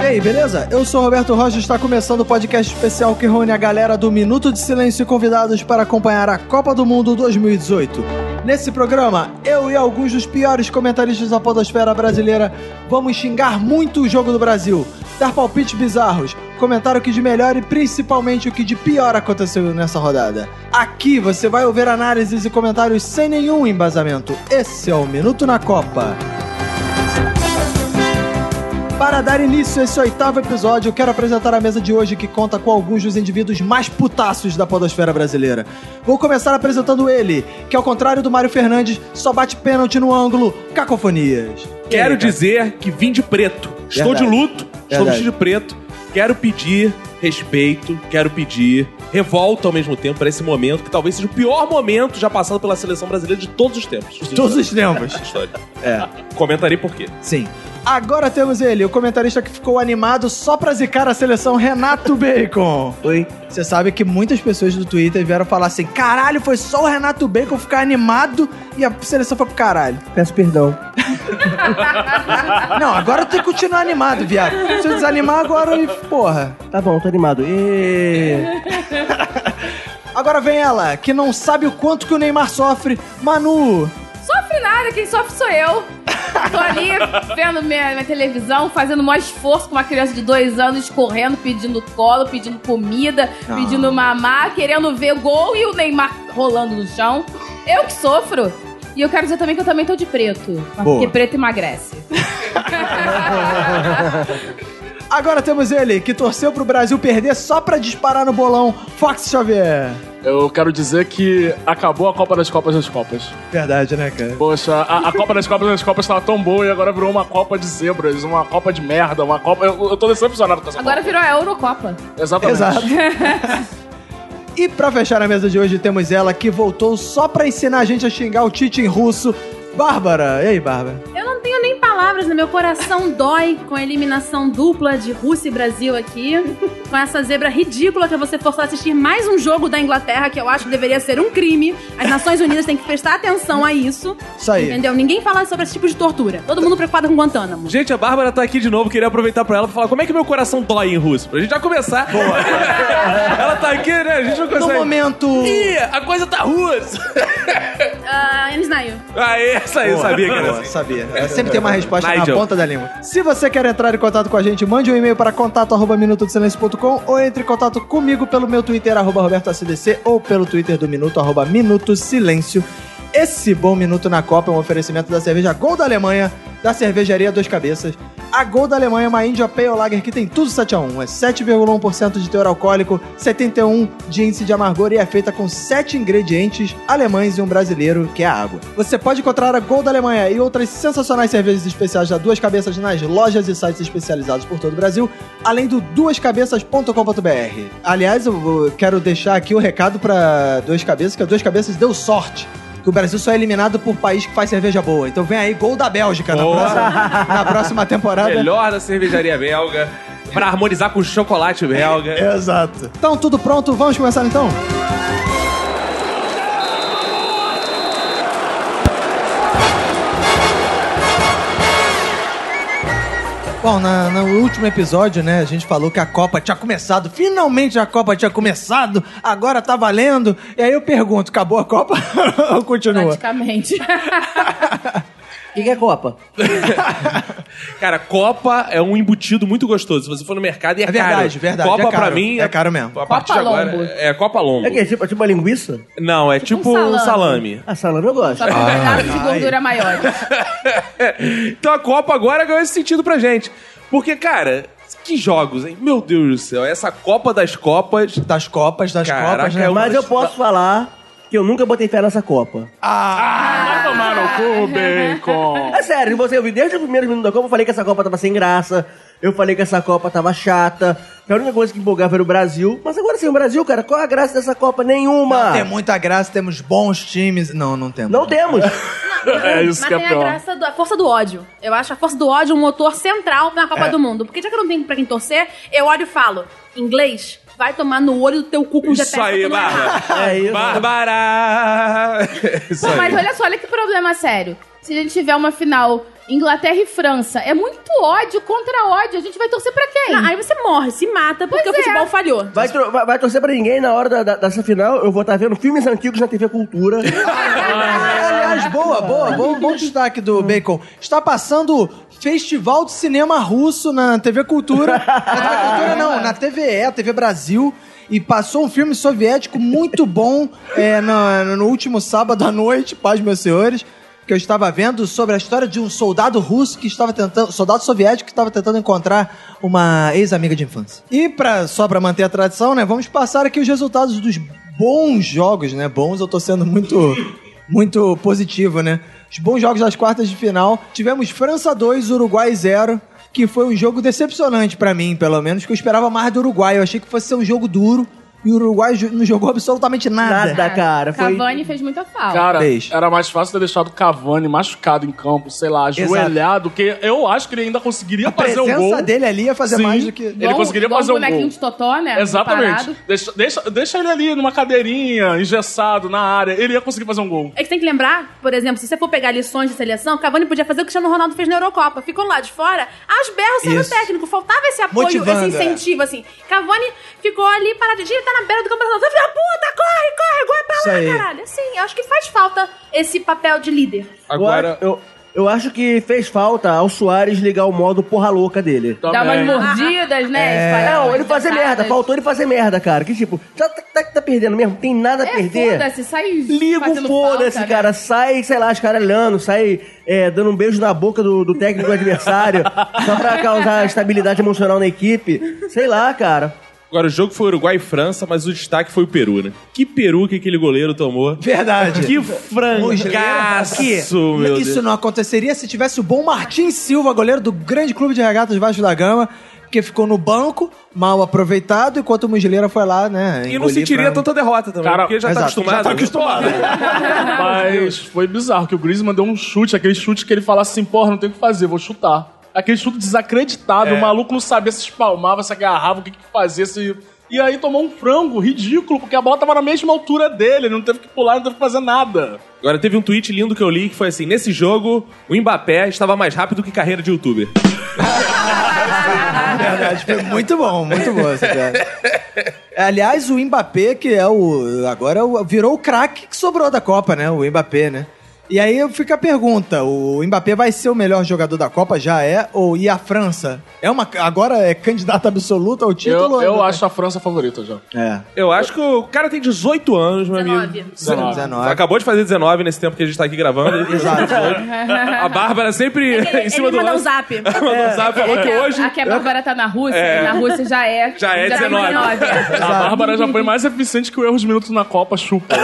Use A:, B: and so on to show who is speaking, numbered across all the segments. A: E aí, beleza? Eu sou o Roberto Rocha e está começando o podcast especial que reúne a galera do Minuto de Silêncio e convidados para acompanhar a Copa do Mundo 2018. Nesse programa, eu e alguns dos piores comentaristas da podosfera brasileira vamos xingar muito o jogo do Brasil, dar palpites bizarros, comentar o que de melhor e principalmente o que de pior aconteceu nessa rodada. Aqui você vai ouvir análises e comentários sem nenhum embasamento. Esse é o Minuto na Copa. Para dar início a esse oitavo episódio, eu quero apresentar a mesa de hoje que conta com alguns dos indivíduos mais putaços da podosfera brasileira. Vou começar apresentando ele, que ao contrário do Mário Fernandes, só bate pênalti no ângulo, cacofonias.
B: Quero
A: Ele, cara.
B: dizer que vim de preto. Estou
A: Verdade.
B: de luto, estou
A: Verdade.
B: vestido de preto. Quero pedir respeito, quero pedir revolta ao mesmo tempo para esse momento, que talvez seja o pior momento já passado pela seleção brasileira de todos os tempos.
A: Todos os tempos.
B: História.
A: É,
B: Comentarei por quê.
A: sim. Agora temos ele, o comentarista que ficou animado só pra zicar a seleção, Renato Bacon.
C: Oi.
A: Você sabe que muitas pessoas do Twitter vieram falar assim: caralho, foi só o Renato Bacon ficar animado e a seleção foi pro caralho.
C: Peço perdão.
A: Não, agora tem que continuar animado, viado. Se eu desanimar agora, eu- porra.
C: Tá bom, tô animado. Ê!
A: Agora vem ela, que não sabe o quanto que o Neymar sofre. Manu,
D: Sofre nada, quem sofre sou eu. Tô ali vendo minha, minha televisão, fazendo o maior esforço com uma criança de dois anos, correndo, pedindo colo, pedindo comida,
A: Não.
D: pedindo mamar, querendo ver gol e o Neymar rolando no chão. Eu que sofro. E eu quero dizer também que eu também tô de preto. Mas
A: Boa.
D: Porque preto emagrece.
A: agora temos ele, que torceu pro Brasil perder só pra disparar no bolão. Fox Xavier.
E: Eu quero dizer que acabou a Copa das Copas das Copas.
A: Verdade, né, cara?
E: Poxa, a, a Copa das Copas das Copas tava tão boa e agora virou uma Copa de zebras, uma Copa de merda, uma Copa. Eu, eu tô decepcionado com essa
D: Agora
E: Copa.
D: virou a Eurocopa.
E: Exatamente.
A: Exato. e pra fechar a mesa de hoje, temos ela que voltou só pra ensinar a gente a xingar o Tite em russo. Bárbara. E aí, Bárbara?
F: Eu não tenho nem palavras, né? Meu coração dói com a eliminação dupla de Rússia e Brasil aqui. Com essa zebra ridícula que é você forçou a assistir mais um jogo da Inglaterra, que eu acho que deveria ser um crime. As Nações Unidas têm que prestar atenção a isso.
A: Isso aí.
F: Entendeu? Ninguém fala sobre esse tipo de tortura. Todo mundo preocupado com Guantánamo.
B: Gente, a Bárbara tá aqui de novo, queria aproveitar pra ela pra falar como é que meu coração dói em russo. Pra gente já começar. Boa. ela tá aqui, né? A gente não
A: No
B: consegue.
A: momento.
B: Ih, a coisa tá russa.
F: Ah, Enes Nair.
B: Aí, essa aí, eu sabia que era
A: Boa,
B: assim.
A: sabia. Ela sempre tem uma resposta na
B: Nigel.
A: ponta da língua. Se você quer entrar em contato com a gente, mande um e-mail para contato@minutodesilencio.com ou entre em contato comigo pelo meu Twitter arroba robertoacdc ou pelo Twitter do Minuto arroba Minuto Silêncio. Esse bom minuto na Copa é um oferecimento da cerveja Gol da Alemanha, da cervejaria Dois Cabeças. A Gol da Alemanha é uma Índia Pale Lager que tem tudo 7 a 1. É 7,1% de teor alcoólico, 71 de índice de amargor e é feita com 7 ingredientes alemães e um brasileiro, que é a água. Você pode encontrar a Gol da Alemanha e outras sensacionais cervejas especiais da Duas Cabeças nas lojas e sites especializados por todo o Brasil, além do duascabeças.com.br. Aliás, eu vou- quero deixar aqui o recado para Duas Cabeças, que a Duas Cabeças deu sorte. Que o Brasil só é eliminado por país que faz cerveja boa. Então vem aí, gol da Bélgica na
B: Boa.
A: próxima, na próxima temporada.
B: Melhor da cervejaria belga. Pra harmonizar com o chocolate belga.
A: Exato. Então, tudo pronto, vamos começar então? Bom, na- no último episódio, né, a gente falou que a Copa tinha começado. Finalmente a Copa tinha começado, agora tá valendo. E aí eu pergunto, acabou a Copa ou continua?
D: Praticamente.
A: Ah,
C: O que, que é Copa?
B: Cara, Copa é um embutido muito gostoso. Se você for no mercado, e é,
A: É verdade,
B: caro.
A: verdade,
B: Copa
A: é caro.
B: pra mim
A: É caro mesmo.
B: A partir
D: Copa
B: de agora
D: lombo.
B: é é Copa lombo.
C: É que é tipo, é tipo uma linguiça?
B: Não, é tipo,
D: Tipo um
B: um salame.
D: salame.
C: Ah, salame eu gosto.
D: Só com
A: Ah,
D: pedaços de gordura maior.
B: então a Copa agora ganhou esse sentido pra gente. Porque, cara, que jogos, hein? Meu Deus do céu, essa Copa das Copas.
A: Das Copas, das
B: Caraca,
A: Copas, né?
B: é uma-
C: Mas eu posso falar que eu nunca botei fé nessa Copa.
E: Vai tomar no cu, Bacon.
C: É sério, você ouviu desde o primeiro minuto da Copa, eu falei que essa Copa tava sem graça, Eu falei que essa Copa tava chata. Que a única coisa que empolgava era o Brasil. Mas agora sim, o Brasil, cara, qual a graça dessa Copa? Nenhuma!
A: Não tem muita graça, temos bons times. Não, não temos.
C: Não temos.
E: É isso
D: Mas
E: que é
D: tem a
E: pior.
D: graça do- a força do ódio. Eu acho a força do ódio um motor central na
E: É.
D: Copa do Mundo. Porque já que eu não tenho pra quem torcer, eu olho e falo: inglês, vai tomar no olho Um do teu cu com
B: Isso
D: GPS.
B: aí, Bárbara.
C: É isso.
B: Bárbara! Isso
G: Pô, mas
B: aí.
G: olha só, olha que problema sério. Se a gente tiver uma final Inglaterra e França, é muito ódio contra ódio. A gente vai torcer pra quem?
D: aí você morre, se mata porque
G: Pois
D: o futebol
G: é.
D: falhou.
C: Vai, tro- vai- vai torcer pra ninguém na hora da- da- dessa final. Eu vou estar vendo filmes antigos na TV Cultura.
A: Aliás, boa, boa, bom, bom destaque do Bacon. Está passando Festival de Cinema Russo na TV Cultura. Na TV Cultura não, na TVE, TV Brasil. E passou um filme soviético muito bom é, no, no último sábado à noite, paz, meus senhores. Que eu estava vendo sobre a história de um soldado russo que estava tentando. Soldado soviético que estava tentando encontrar uma ex-amiga de infância. E pra, só para manter a tradição, né? Vamos passar aqui os resultados dos bons jogos, né? Bons, eu tô sendo muito muito positivo, né? Os bons jogos das quartas de final. Tivemos França 2, Uruguai 0, que foi um jogo decepcionante pra mim, pelo menos, que eu esperava mais do Uruguai. Eu achei que fosse ser um jogo duro e o Uruguai jo- não jogou absolutamente nada.
C: Nada, cara. Foi...
G: Cavani fez muita falta.
E: Cara,
A: Fez.
E: era mais fácil ter deixado o Cavani machucado em campo, sei lá, ajoelhado, que eu acho que ele ainda conseguiria
A: A
E: fazer um
A: presença
E: gol.
A: dele ali ia fazer
E: Sim.
A: mais do que.
E: Ele conseguiria
G: igual
E: fazer um
G: bonequinho
E: gol.
G: de totó,
D: É,
G: né?
E: Exatamente.
G: Parado.
E: Deixa, deixa, deixa ele ali numa cadeirinha, engessado, na área. Ele ia conseguir fazer um gol.
D: É que tem que lembrar, por exemplo, se você for pegar lições de seleção, Cavani podia fazer o que o Cristiano Ronaldo fez na Eurocopa. Ficou lá de fora, às berros sendo
A: Isso.
D: técnico. Faltava esse apoio,
A: Motivando,
D: esse incentivo, assim. Cavani ficou ali paradinho, tá na beira do campo. falando, Filho da puta, corre, corre, corre pra lá,
A: Isso aí.
D: caralho. Assim, eu acho que faz falta esse papel de líder.
B: Agora,
C: Eu, eu acho que fez falta ao Soares ligar o modo porra louca dele.
G: Dá
E: Também.
G: umas mordidas, né?
D: É,
G: Espalhar
C: Não,
G: umas
C: ele fazer
G: dentadas.
C: merda, faltou ele fazer merda, cara. Que tipo, já tá, tá, tá perdendo mesmo, tem nada a
G: É,
C: perder.
G: foda-se, sai
C: Liga o
G: fazendo
C: foda-se,
G: falta, né?
C: cara. Sai, sei lá, escaralhando, sai é, dando um beijo na boca do, do técnico adversário, só pra causar estabilidade emocional na equipe. Sei lá, cara.
B: agora, o jogo foi Uruguai e França, mas o destaque foi o Peru, né? Que peru que aquele goleiro tomou.
A: Verdade.
B: Que
A: Que- é
B: frangaço, meu
A: Isso
B: Deus.
A: não aconteceria se tivesse o bom Martins Silva, goleiro do grande clube de regatas Baixo da Gama, que ficou no banco, mal aproveitado, enquanto o Mugileira foi lá, né?
B: E não
A: engolir
B: sentiria
A: frango.
B: tanta derrota também,
E: Cara,
B: porque já tá
A: exato,
B: acostumado.
A: já tá acostumado.
E: Mas foi bizarro que o Griezmann deu um chute, aquele chute que ele fala assim, porra, não tem o que fazer, vou chutar. Aquele chute
B: É.
E: desacreditado, o maluco não sabia se espalmava, se agarrava, o que, que fazia, se... E aí tomou um frango ridículo, porque a bola tava na mesma altura dele, ele não teve que pular, não teve que fazer nada.
B: Agora, teve um tweet lindo que eu li que foi assim: nesse jogo, o Mbappé estava mais rápido que carreira de youtuber.
A: Verdade, foi É muito bom, muito bom essa piada. É, Aliás, o Mbappé, que é o. Agora é o- virou o craque que sobrou da Copa, né? O Mbappé, né? E aí fica a pergunta: o Mbappé vai ser o melhor jogador da Copa? Já é? Ou e a França? É uma, agora é candidata absoluta ao título?
E: Eu, eu
A: né?
E: acho a França favorita já.
A: É.
B: Eu acho que o cara tem 18 anos, meu amigo.
D: 19.
E: 19.
A: 19.
B: Acabou de fazer 19 nesse tempo que a gente tá aqui gravando.
A: Exato.
B: A Bárbara sempre
D: Ele,
B: em cima
D: ele
B: do
D: manda um
B: lance.
D: zap. É,
B: Mandou um zap, falou que hoje.
G: Aqui a Bárbara tá na Rússia,
B: É.
G: na Rússia já é.
B: Já é 19.
E: A Bárbara já foi mais eficiente que o erro de minutos na Copa, chupa.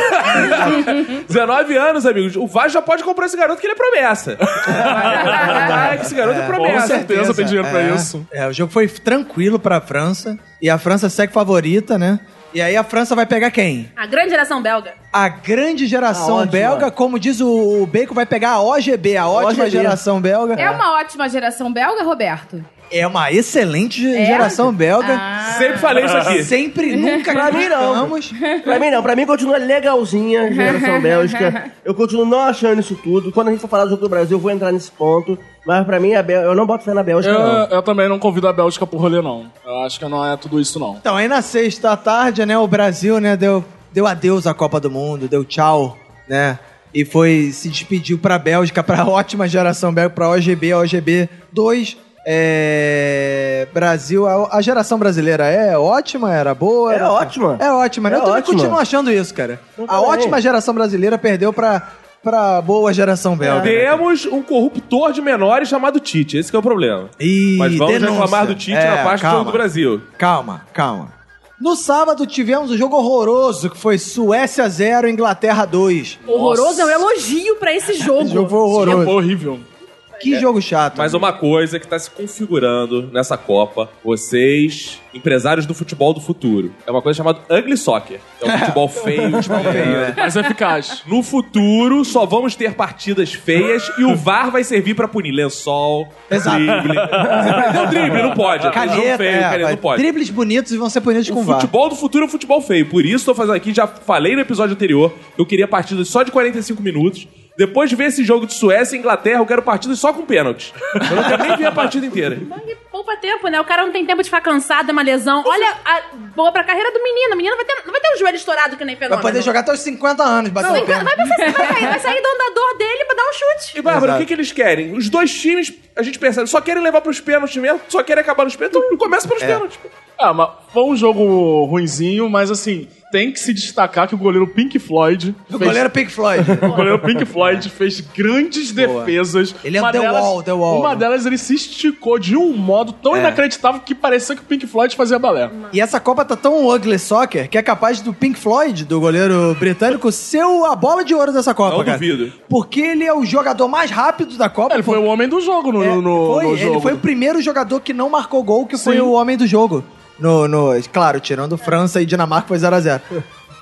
B: 19 anos, amigos. O Vasco já pode comprar esse garoto que ele é promessa. Cara, que esse garoto é
E: Com
B: promessa.
E: certeza tem dinheiro pra
A: É.
E: isso.
A: É, o jogo foi tranquilo pra França. E a França segue favorita, né? E aí a França vai pegar quem?
D: A grande geração belga.
A: A grande
C: A
A: geração
C: ótima.
A: belga, como diz o, o Bacon, vai pegar a OGB, a ótima
C: OGB.
A: geração belga.
G: É uma ótima geração belga, Roberto?
A: É uma excelente ge-
G: É? Ah.
A: geração belga.
B: Sempre falei isso aqui.
A: Sempre, nunca
C: Pra mim, não.
A: criticamos.
C: Pra mim não, pra mim continua legalzinha a geração bélgica. Eu continuo não achando isso tudo. Quando a gente for falar do jogo do Brasil, eu vou entrar nesse ponto. Mas pra mim, a Bel... eu não boto fé na Bélgica,
E: Eu,
C: não.
E: eu também não convido a Bélgica pro rolê, não. Eu acho que não é tudo isso, não.
A: Então, aí na sexta à tarde, né, o Brasil, né, deu, deu adeus à Copa do Mundo, deu tchau, né? E foi, se despediu pra Bélgica, pra ótima geração belga, pra OGB, OGB 2. É, Brasil, a, a geração brasileira é ótima, era boa.
C: É
A: era-
C: ótima.
A: É ótima, né?
C: É
A: eu também
C: ótima.
A: continuo achando isso, cara.
C: Eu
A: A
C: também.
A: ótima geração brasileira perdeu pra, pra boa geração belga.
B: Temos um corruptor de menores chamado Tite. Esse que é o problema.
A: Ih,
B: Mas vamos
A: denúncia.
B: reclamar do Tite
A: É,
B: na parte um do
A: calma.
B: jogo do Brasil.
A: Calma, calma. No sábado tivemos um jogo horroroso, que foi Suécia 0, Inglaterra 2.
D: Horroroso é um elogio pra esse jogo.
A: Esse jogo foi
E: Isso
A: horroroso.
E: foi horrível.
A: Que jogo chato.
B: É. Mas uma coisa que tá se configurando nessa Copa, vocês, empresários do futebol do futuro, é uma coisa chamada ugly soccer. É um futebol feio, feio.
E: Mas é eficaz.
B: No futuro, só vamos ter partidas feias e o VAR vai servir pra punir lençol,
A: Exato.
B: drible. Deu drible, não pode. não
A: Caneta,
B: feio,
A: é,
B: caneta,
A: vai.
B: não pode.
A: dribles bonitos e vão ser punidos
B: O
A: com VAR.
B: futebol do futuro é um futebol feio. Por isso, tô fazendo aqui, já falei no episódio anterior, eu queria partidas só de 45 minutos. Depois de ver esse jogo de Suécia e Inglaterra, eu quero partidas só com pênaltis. Eu não quero nem ver a partida inteira.
D: E poupa tempo, né? O cara não tem tempo de ficar cansado, é uma lesão. Olha, a, boa pra carreira do menino. O menino vai ter, não vai ter o joelho estourado que nem pegou.
A: Vai poder
B: é
A: jogar até os 50 anos, bater o pé.
D: então Vai, pensar, assim, vai, sair, vai sair do andador dele pra dar um chute.
B: E, Bárbara, o
A: Exato.
B: que, que eles querem? Os dois times, a gente percebe, só querem levar pros pênaltis mesmo, só querem acabar nos pênaltis. Então começa
A: É.
B: pelos pênaltis.
E: Ah, mas foi um jogo ruinzinho, mas assim, tem que se destacar que o goleiro Pink Floyd.
A: O goleiro é Pink Floyd.
E: O goleiro Pink Floyd fez grandes defesas.
A: Ele é
E: Uma
A: The
E: delas-
A: Wall, The Wall, É.
E: Uma
A: né?
E: delas ele se esticou de um modo tão inacreditável que parecia que o Pink Floyd fazia balé.
A: E essa Copa tá tão ugly soccer que é capaz do Pink Floyd, do goleiro britânico, ser o- a bola de ouro dessa Copa,
B: Não
A: cara.
B: duvido.
A: Porque ele é o jogador mais rápido da Copa.
E: Ele foi o homem do jogo no,
A: É,
E: no- no-
A: foi,
E: no
A: Ele
E: jogo.
A: foi o primeiro jogador que não marcou gol, que foi
E: Sim.
A: o homem do jogo. No, no, claro, tirando França e Dinamarca, foi 0x0.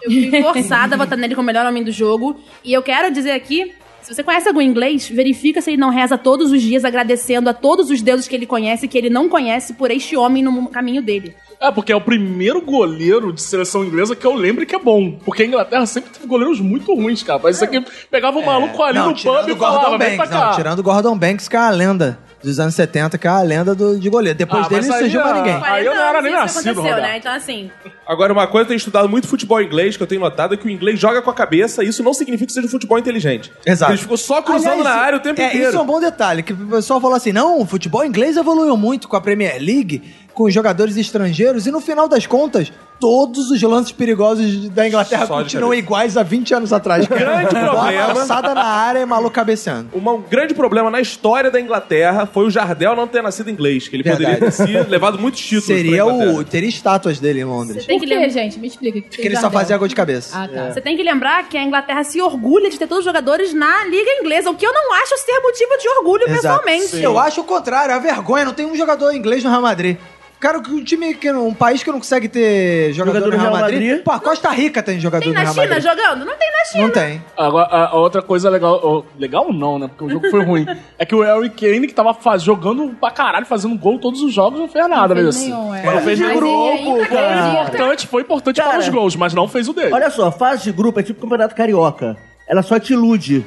D: Eu fui forçada a votar nele como o melhor homem do jogo. E eu quero dizer aqui. Se você conhece algum inglês, verifica se ele não reza todos os dias agradecendo a todos os deuses que ele conhece e que ele não conhece por este homem no caminho dele.
E: É, porque é o primeiro goleiro de seleção inglesa que eu lembro que é bom. Porque a Inglaterra sempre teve goleiros muito ruins, cara.
A: É.
E: Mas isso aqui pegava um maluco ali no pub e falava, vem pra
A: Banks,
E: cá.
A: não, tirando o Gordon Banks, que é a lenda dos anos 70, que é a lenda do- de goleiro. Depois
E: Ah,
A: dele
E: mas
A: não
E: aí
A: surgiu mais
E: é-
A: ninguém.
E: Aí eu não era nem
D: 40 anos isso
E: nascido,
D: aconteceu,
E: Roberto.
D: né? Então, assim,
B: Agora, uma coisa, eu tenho estudado muito futebol inglês, que eu tenho notado, é que o inglês joga com a cabeça, e isso não significa que seja um futebol inteligente.
A: Exato.
B: Eles ficam só cruzando
A: Aliás,
B: na área o tempo
A: é,
B: inteiro.
A: Isso é um bom detalhe, que o pessoal falou assim, não, o futebol inglês evoluiu muito com a Premier League, com os jogadores estrangeiros, e no final das contas, todos os lances perigosos da Inglaterra
B: Só de
A: continuam
B: cabeça.
A: iguais a 20 anos atrás.
B: grande
A: Bola
B: problema-
A: Passada na área e maluco cabeceando.
B: Uma- um grande problema na história da Inglaterra foi o Jardel não ter nascido inglês, que ele
A: Verdade.
B: poderia ter sido, levado muitos títulos
A: Seria
B: pra Inglaterra.
A: o... Teria estátuas dele em Londres.
D: tem
G: Por
D: que
G: que,
D: lembrar-
G: gente? Me explica.
A: Porque ele só fazia gol de cabeça.
G: Ah, tá.
D: Você tem que lembrar que a Inglaterra se orgulha de ter todos os jogadores na Liga Inglesa, o que eu não acho ser motivo de orgulho
A: Exato.
D: pessoalmente.
A: Eu acho o contrário, é uma vergonha. Não tem um jogador inglês no Real Madrid. Cara, um time que não- um país que não consegue ter jogador,
C: Jogador
A: no Real, Madrid.
C: Madrid.
A: Pô, a Costa Rica tem jogador
D: Tem
A: no
D: na
A: Real
D: China
A: Madrid.
D: jogando? Não tem na China.
A: Não tem.
E: Agora, a, a outra coisa legal, ó, legal não, né? Porque o jogo foi ruim. É que o Harry Kane, que tava faz- jogando pra caralho, fazendo gol todos os jogos, não fez nada, né? assim.
G: nenhum, é.
E: Não fez
G: Mas
E: nenhum
G: ele
E: gol.
G: ainda
E: Foi
D: é
G: acredita.
E: importante, tipo, foi importante
C: Cara,
E: para os gols, mas não fez o dele.
C: Olha só, fase de grupo é tipo campeonato carioca. Ela só te ilude.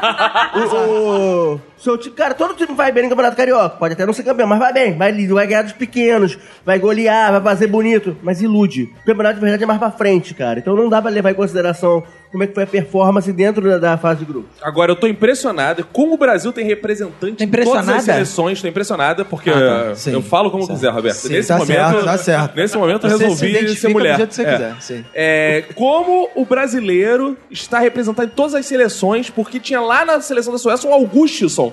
C: o, o- seu time- cara, todo time vai bem no campeonato carioca. Pode até não ser campeão, mas vai bem. Vai, li- vai ganhar dos pequenos, vai golear, vai fazer bonito, mas ilude. O campeonato de verdade é mais pra frente, cara. Então não dá pra levar em consideração como é que foi a performance dentro da, da fase de grupo.
B: Agora, eu tô impressionado como o Brasil tem representante em todas
A: Tá Impressionada?
B: as seleções. Tô impressionada, porque
A: Ah, tá.
B: eh,
A: Sim.
B: eu falo como quiser, Roberto.
A: Sim,
B: nesse
A: tá
B: momento,
A: certo, tá certo.
B: Nesse momento, eu
A: Você se
B: resolvi
A: identifica
B: ser
A: do
B: mulher.
A: jeito que você
B: É.
A: quiser, sim.
B: É, como o brasileiro está representado em todas as seleções, porque tinha lá na seleção da Suécia um Augustusson.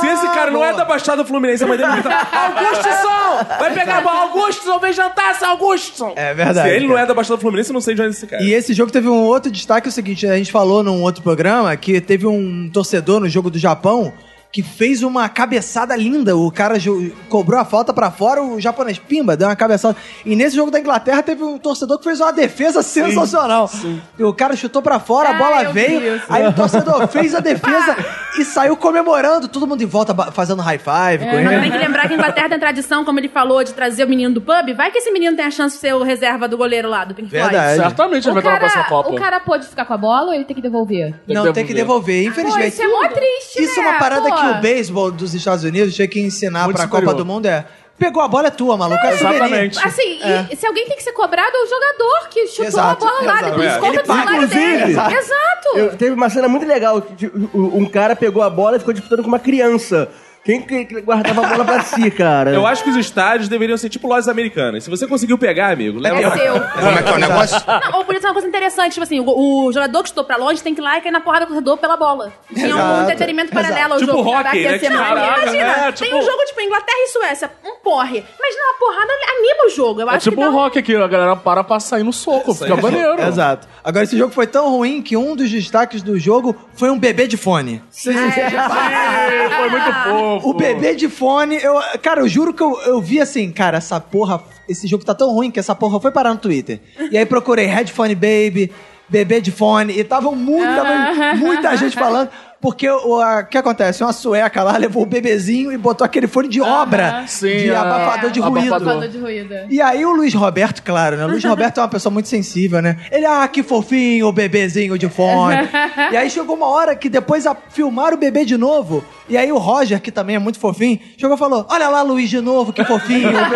B: Se
A: Ah,
B: esse cara não é
A: boa.
B: da Baixada Fluminense, a mãe dele grita: Augustusson! Vai pegar a bola, Augustusson, vem jantar, seu Augustusson!
A: É verdade,
B: Se ele não
A: cara.
B: é da Baixada Fluminense, eu não sei de onde é esse cara.
A: E esse jogo teve um outro destaque, é o seguinte, a gente falou num outro programa que teve um torcedor no jogo do Japão que fez uma cabeçada linda, o cara jo- cobrou a falta pra fora, o japonês pimba, deu uma cabeçada. E nesse jogo da Inglaterra teve um torcedor que fez uma defesa sensacional. E O cara chutou pra fora, a
G: Ah,
A: bola
G: eu vi
A: veio,
G: isso.
A: aí o torcedor fez a defesa e saiu comemorando, todo mundo em volta ba- fazendo high
G: É,
A: five,
D: Mas tem
A: correndo.
D: que lembrar que a Inglaterra tem tradição, como ele falou, de trazer o menino do pub. Vai que esse menino tem a chance de ser o reserva do goleiro lá, do Pink Floyd.
A: Verdade.
E: Certamente ele vai
G: O
E: estar na próxima
G: cara,
E: Copa.
G: o cara pôde ficar com a bola ou ele tem que devolver?
A: Não, tem que devolver, infelizmente.
G: Pô, isso é mó triste,
A: Isso
G: né?
A: é uma parada
G: Pô.
A: que o beisebol dos Estados Unidos tinha que ensinar
E: Muito
A: pra
E: superior.
A: Copa do Mundo é. Pegou a bola é tua, maluco. É soberania.
E: Exatamente.
G: Assim, e se alguém tem que ser cobrado, é o jogador que chutou
A: Exato,
G: a bola lá,
A: exato.
G: depois
B: É.
G: conta
A: Ele
G: do
A: paga,
G: salário dele.
A: inclusive.
G: Exato.
C: Eu- teve uma cena muito legal. que, de- o- Um cara pegou a bola e ficou disputando com uma criança. Quem que que guardava a bola pra si, cara?
B: Eu acho que os estádios deveriam ser tipo lojas americanas. Se você conseguiu pegar, amigo, leva.
G: É
D: assim-
G: seu.
H: Como é que é o negócio?
D: Não, ou podia ser uma coisa interessante, tipo assim, o, o jogador que estou pra longe tem que ir lá e cair na porrada do corredor pela bola. Tinha um
A: Exato.
D: entretenimento paralelo ao
B: Tipo
D: jogo.
B: hockey,
D: pra
B: né?
D: aquecer
B: Tipo,
D: mais.
B: caraca,
D: Imagina,
B: né?
D: tem
B: Tipo-
D: um jogo tipo Inglaterra e Suécia, um porre. Mas não, a porrada anima o jogo. Eu
E: É
D: acho
E: tipo
D: que dá
E: um
D: um-
E: rock aqui, a galera para pra sair no soco, fica maneiro.
A: Exato. Agora, esse jogo foi tão ruim que um dos destaques do jogo foi um bebê de fone.
E: Foi muito fofo.
A: O bebê de fone, eu. Cara, eu juro que eu, eu vi assim, cara, essa porra. Esse jogo tá tão ruim que essa porra foi parar no Twitter. E aí procurei Headphone Baby, bebê de fone, e tava muita, muita gente falando. Porque o a- que acontece? Uma sueca lá levou o bebezinho e botou aquele fone de obra
E: Sim,
A: de
E: é.
A: abafador de ruído.
E: Abafador.
G: Falou de ruído.
A: E aí o Luiz Roberto, claro, né? O Luiz Roberto é uma pessoa muito sensível, né? Ele, ah, que fofinho, o bebezinho de fone. e aí chegou uma hora que depois a, filmaram o bebê de novo. E aí o Roger, que também é muito fofinho, chegou e falou: Olha lá, Luiz, de novo, que fofinho.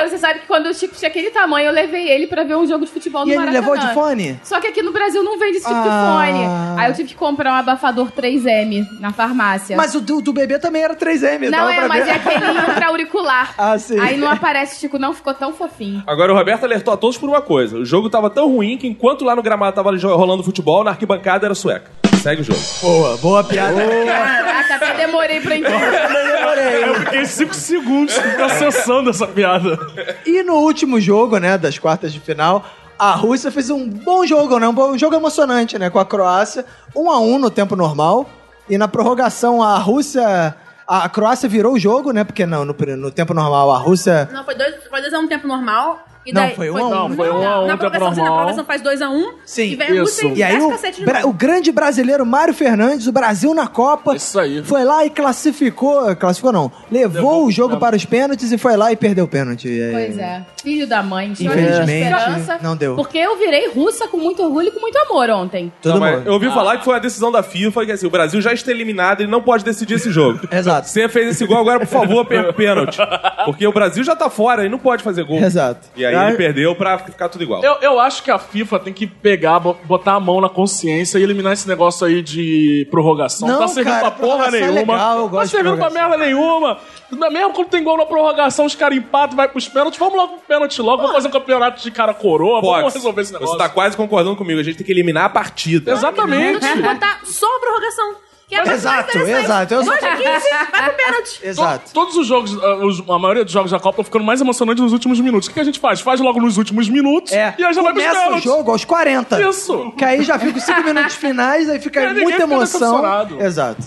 G: Eu- você sabe que quando o Chico tinha aquele tamanho, eu levei ele pra ver um jogo de futebol no
A: e ele
G: Maracanã.
A: levou de fone?
G: Só que aqui no Brasil não vende esse tipo de
A: Ah.
G: fone. Aí eu tive que comprar um abafador 3M na farmácia.
A: Mas o do, do bebê também era 3M,
G: não
A: dava
G: é,
A: pra
G: mas
A: ver.
G: é aquele pra auricular.
A: Ah, sim.
G: Aí não aparece, Chico, não ficou tão fofinho.
B: Agora o Roberto alertou a todos por uma coisa. O jogo tava tão ruim que enquanto lá no gramado tava jo- rolando futebol, na arquibancada era sueca. Segue o jogo.
A: Boa, boa piada.
G: Caraca, até demorei pra entender.
E: Eu fiquei 5 segundos processando essa piada.
A: E no último jogo, né, das quartas de final, a Rússia fez um bom jogo, né? Um bom jogo emocionante, né? Com a Croácia. 1 a 1 no tempo normal. E na prorrogação, a Rússia. A Croácia virou o jogo, né? Porque não, no, pri- no tempo normal a Rússia.
D: Não, foi 2 dois, foi dois a 1 um tempo normal. E
A: Não,
D: daí,
A: foi um a um.
D: dois-
E: Não, foi um a um
D: na
E: tempo
D: prorrogação, sim, Na
E: normal.
D: prorrogação faz 2 a 1 um,
A: Sim,
D: e vem a
E: isso.
D: Rússia
A: E aí o,
D: cacete de
A: bra-
D: novo.
A: o grande brasileiro Mário Fernandes, o Brasil na Copa.
E: Isso aí.
A: Foi lá e classificou. Classificou não. Levou o jogo para os pênaltis e foi lá e perdeu o pênalti. E aí-
G: Pois é. Filho da mãe, chora de
A: Infelizmente,
G: esperança.
A: não deu.
G: Porque eu virei russa com muito orgulho e com muito amor ontem.
A: Todo
B: Não, mas
A: mundo.
B: Eu ouvi falar que foi uma decisão da FIFA que assim, o Brasil já está eliminado, ele não pode decidir esse jogo.
A: Exato.
B: Você fez esse gol agora, por favor, perca o pênalti. Porque o Brasil já tá fora, ele não pode fazer gol.
A: Exato.
B: E aí ele perdeu pra ficar tudo igual.
E: Eu, eu acho que a FIFA tem que pegar, bo- botar a mão na consciência e eliminar esse negócio aí de prorrogação.
A: Não,
E: tá servindo
A: cara,
E: pra porra
A: prorrogação é
E: nenhuma.
A: legal, eu
E: tá
A: gosto de
E: servindo pra merda nenhuma. Não é Mesmo quando tem gol na prorrogação, os caras empatam, vai pros pênaltis. Vamos logo pro pênalti logo, vamos fazer um campeonato de cara coroa, vamos
B: Fox,
E: resolver esse negócio.
B: Você tá quase concordando comigo, a gente tem que eliminar a partida.
E: Exatamente.
D: Tem que botar só a prorrogação. Que é a coisa mais
A: Exato,
D: interessante.
A: exato. Eu sou-
D: Dois a 15, vai pro pênalti.
A: Exato.
E: Todos os jogos, ah, os- a maioria dos jogos da Copa estão ficando mais emocionantes nos últimos minutos. O que que a gente faz? Faz logo nos últimos minutos
A: É,
E: e aí já vai pros
A: começa o
E: pênaltis.
A: jogo aos 40.
E: Isso.
A: Que aí já fica os 5 minutos finais, aí fica
E: É, ninguém
A: muita
E: fica
A: emoção.
E: decepcionado.
A: Exato.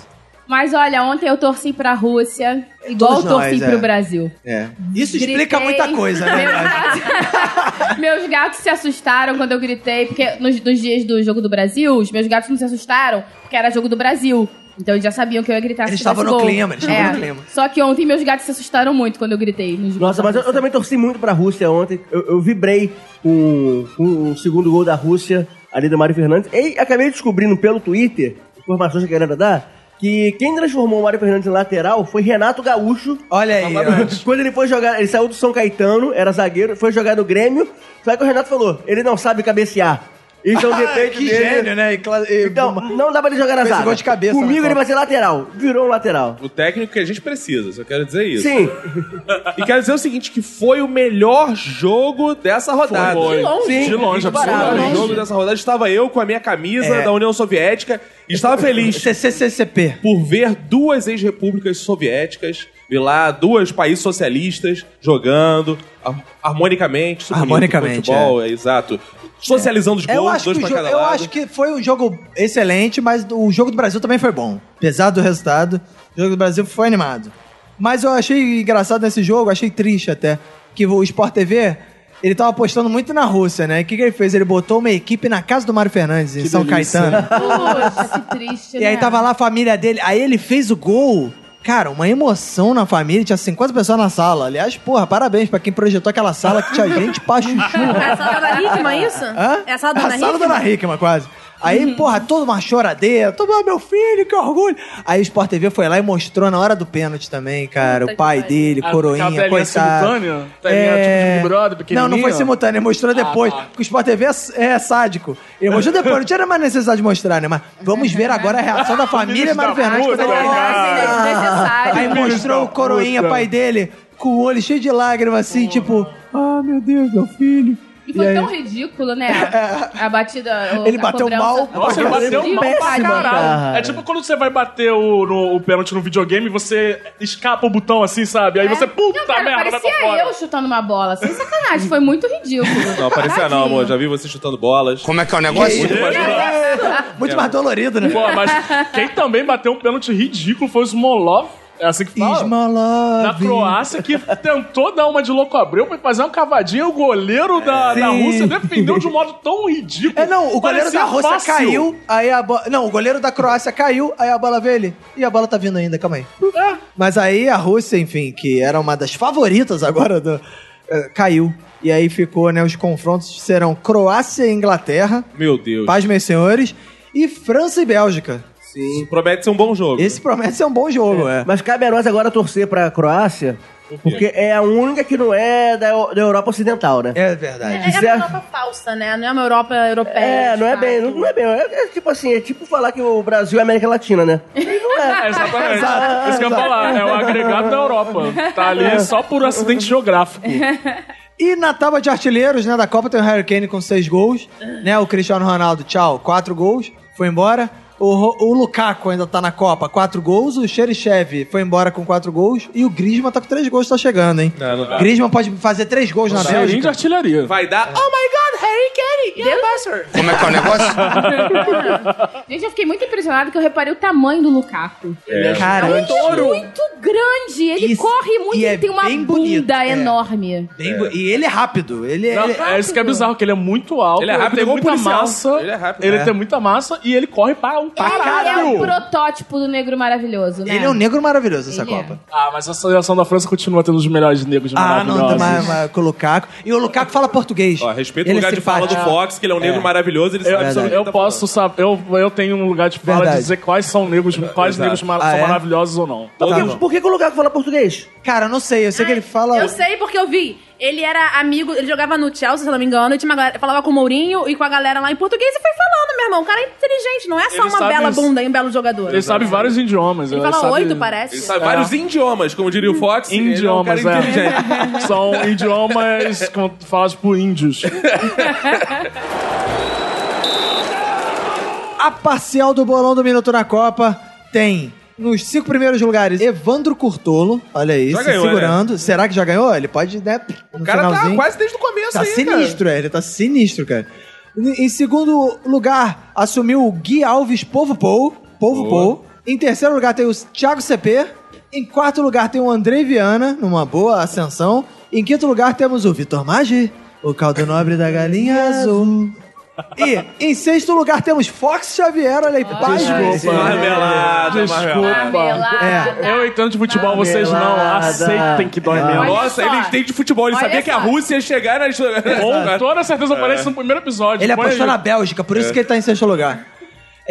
G: Mas olha, ontem eu torci pra Rússia, igual
A: Todos
G: eu torci
A: nós, é.
G: pro Brasil.
A: É. Isso
G: Gritei.
A: explica muita coisa, né?
G: Meus
A: Nath?
G: gatos- meus gatos se assustaram quando eu gritei, porque nos, nos dias do Jogo do Brasil, os meus gatos não se assustaram, porque era Jogo do Brasil. Então eles já sabiam que eu ia gritar
A: Eles
G: se tivesse
A: estavam no
G: gol. É.
A: clima, eles estavam no clima.
G: Só que ontem meus gatos se assustaram muito quando eu gritei. nos jogos
C: Nossa,
G: da
C: mas eu, eu
G: Rússia.
C: também torci muito pra Rússia ontem. Eu, eu vibrei com com o segundo gol da Rússia, ali do Mário Fernandes. E acabei descobrindo pelo Twitter, informações que a galera dá, que quem transformou o Mário Fernandes em lateral foi Renato Gaúcho.
A: Olha aí. ó.
C: Quando ele foi jogar, ele saiu do São Caetano, era zagueiro, foi jogar no Grêmio. Só que o Renato falou: ele não sabe cabecear. Isso é um defeito
A: Ah, que
C: dele.
A: gênio, né? E cla- e-
C: Então, não dá pra ele jogar na
A: Fez
C: zaga.
A: gol de cabeça né, na
C: Comigo ele
A: Copa.
C: vai ser lateral. Virou um lateral.
B: O técnico que a gente precisa, só quero dizer isso.
C: Sim.
B: E quero dizer o seguinte, que foi o melhor jogo dessa rodada.
E: Foi.
C: Sim.
E: De longe,
B: Cara,
E: absolutamente.
B: no jogo dessa rodada estava eu com a minha camisa
A: É.
B: da União Soviética e estava feliz
A: CCCCP.
B: por ver duas ex-repúblicas soviéticas, vi lá duas países socialistas jogando har- harmonicamente, super bonito,
A: Harmonicamente, É.
B: futebol, é. exato. Socializando os
A: Eu
B: gols,
A: acho, que
B: dois
A: o
B: pra
A: jogo,
B: cada
A: eu
B: lado.
A: acho que foi um jogo excelente, mas o jogo do Brasil também foi bom. Apesar do resultado, o jogo do Brasil foi animado. Mas eu achei engraçado nesse jogo, achei triste até, que o Sport TV, ele tava apostando muito na Rússia, né? E o que, que ele fez? Ele botou uma equipe na casa do Mário Fernandes, em São Caetano.
G: Puxa, que triste,
A: E aí
G: né?
A: tava lá a família dele, aí ele fez o gol. Cara, uma emoção na família, tinha 50 pessoas na sala. Aliás, porra, parabéns pra quem projetou aquela sala que tinha gente pra chuchu.
D: É a sala da Dona Hickman, isso?
A: Hã?
D: É a sala da
A: a sala da
D: Dona Hickman? Uhum.
A: Dona Hickman, quase. Aí, porra, toda uma choradeira, todo ah, meu filho, que orgulho. Aí o Sport TV foi lá e mostrou na hora do pênalti também, cara.
D: Puta
A: o pai
D: que pariu.
A: dele,
E: A- Ah, aquela
A: coroinha,
E: telinha
A: coitado. É.
E: simultânea? Telinha tipo de Big Brother,
A: Não, não foi
E: pequenininha?
A: simultânea, mostrou depois.
E: tá.
A: Porque o Sport TV é, é sádico. Ele mostrou depois, não tinha mais necessidade de mostrar, né? Mas vamos ver agora a reação da família
E: Filhos da
A: Mário Fernandes
E: puta,
A: quando ele-
D: Ah.
E: cara.
A: Aí
G: É Desnecessário.
A: mostrou o coroinha, pai dele, com o olho cheio de lágrimas, assim, tipo, ah, meu Deus, meu filho.
G: E
A: E
G: foi
A: aí?
G: tão ridículo, né? A batida. o-
A: Ele
G: a
A: bateu
G: cobrança.
A: mal.
E: Nossa, ele bateu
A: é um
G: Ridículo,
E: mal pra
G: tadinho.
E: caralho. É tipo quando você vai bater o, no- o pênalti no videogame e você escapa o botão assim, sabe? Aí você, puta
G: É. Não, cara,
E: merda, vai pra
G: parecia
E: fora.
G: eu chutando uma bola. Sem sacanagem, foi muito ridículo.
B: Não, parecia não,
G: Tadinho.
B: amor. Já vi você chutando bolas.
H: Como é que é o negócio?
A: Muito mais dolorido, né?
E: É. Pô, mas quem também bateu um pênalti ridículo foi o Smolov. É assim que fala? da
A: Ismalov.
E: Croácia que tentou dar uma de louco abreu foi fazer uma cavadinha. O goleiro da, da
A: Sim.
E: Rússia defendeu de um modo tão ridículo.
A: É, não, o goleiro
E: Parecia
A: da Rússia
E: fácil.
A: caiu, aí a bola... Não, o goleiro da Croácia caiu, aí a bola veio ele. E a bola tá vindo ainda, calma aí.
E: É.
A: Mas aí a Rússia, enfim, que era uma das favoritas agora, do- eh, caiu. E aí ficou, né, os confrontos serão Croácia e Inglaterra,
B: Meu Deus.
A: paz meus senhores, e França e Bélgica.
B: Sim. Promete ser um bom jogo.
A: Esse promete ser um bom jogo, é.
C: Mas cabe a nós agora torcer pra Croácia, porque é a única que não é da, da Europa Ocidental, né?
A: É verdade.
D: É, é uma Europa falsa, né? Não é uma Europa europeia.
C: É,
D: de
C: não é
D: fato.
C: bem, não, não é bem. É, é tipo assim, é tipo falar que o Brasil é América Latina, né? Não
E: É,
C: é.
E: exatamente. Isso que eu ia falar. É o agregado da Europa. Tá
A: É.
E: ali só por acidente geográfico.
A: E na tábua de artilheiros, né, da Copa tem o Harry Kane com seis gols, né, o Cristiano Ronaldo, tchau, quatro gols, foi embora. O, Ro- o Lukaku ainda tá na Copa, quatro gols, o Xerichev foi embora com quatro gols e o Griezmann tá com três gols, tá chegando, hein.
B: Não, não dá.
A: Griezmann pode fazer três gols na
E: Cheirinho de
A: Bélgica.
E: artilharia.
B: Vai dar.
A: Ah,
B: Oh,
H: Como é que é o negócio?
G: Gente, eu fiquei muito impressionada que eu reparei o tamanho do Lukaku.
A: Cara,
G: É um touro muito grande. Ele
A: Isso,
G: corre muito
A: e
G: e,
A: é
G: tem uma
A: bem
G: bunda
A: bonito, é.
G: enorme.
A: Bem bo- E ele é rápido, ele é...
E: Não,
A: ele-
E: é isso que é bizarro, que ele é muito alto.
B: Ele é rápido
E: tem
B: igual
E: muita
B: policial.
E: massa.
B: Ele é rápido,
E: Ele
B: é.
E: tem muita massa e ele corre para um
G: Ele é o
E: caralho.
G: protótipo do negro maravilhoso, né?
A: Ele é um negro maravilhoso essa
G: Ele é.
A: Copa.
E: Ah, mas a seleção da França continua tendo os melhores negros
A: Ah, não,
E: maravilhosos.
A: mas, mas, com o Lukaku. E o Lukaku fala português.
B: Ó, respeita o
A: Ele é
B: lugar de fala do
A: simpático.
B: Fox, que ele é um negro maravilhoso. Ele sabe sobre o
E: Eu,
B: que
E: eu
B: tá
E: posso saber, eu, eu tenho um lugar de
A: é
E: fala
A: Verdade.
E: de dizer quais são negros, quais
B: Exato.
E: negros mar-
A: Ah,
E: são
A: é?
E: maravilhosos ou não.
C: Por,
A: Tá
C: que,
A: bom.
C: por que que o Lukaku fala português?
A: Cara, eu não sei, eu sei é que ele fala...
D: Eu sei porque eu vi. Ele era amigo, ele jogava no Chelsea, se não me engano, e tinha uma galera, falava com o Mourinho e com a galera lá em português e foi falando, meu irmão. O cara é inteligente, não é só
E: Ele
D: uma
E: sabe
D: bela
E: isso.
D: bunda e um belo jogador.
E: Ele sabe vários idiomas.
D: Ele
E: ele
D: fala
E: sabe-
D: oito, parece.
B: Ele sabe vários idiomas, como diria o Fox. Ele é um
E: É. Idiomas,
B: cara
E: é.
B: inteligente.
E: São idiomas com- falados por índios.
A: A parcial do bolão do Minuto na Copa tem nos cinco primeiros lugares Evandro Curtolo. Olha aí,
B: Já
A: se
B: ganhou, né?
A: segurando. Será que já ganhou? Ele pode, né? No
B: O cara tá
A: finalzinho.
B: quase desde o começo
A: Tá
B: aí,
A: sinistro, é, ele tá sinistro, cara. Em em segundo lugar, assumiu o Gui Alves Povo Pou. Povo Pou. Em terceiro lugar tem o Thiago CP. Em quarto lugar tem o Andrei Viana, numa boa ascensão. Em quinto lugar temos o Vitor Maggi, o caldo nobre da galinha azul. E em sexto lugar temos Fox Xavier, olha aí, paz
E: Desculpa.
B: Marmelada,
A: É.
E: Desculpa.
G: Marmelada.
E: Eu entendo de futebol, vocês não
C: Marmelada.
E: aceitem que dói
B: cara.
E: menos.
B: Nossa,
G: Olha só.
B: ele entende de futebol. Ele
G: Olha
B: sabia que a
G: só.
B: Rússia ia chegar nas...
E: Com toda certeza aparece no primeiro episódio.
A: Ele
E: Põe
A: apostou
E: aí.
A: na Bélgica, por
E: É.
A: isso que ele tá em sexto lugar.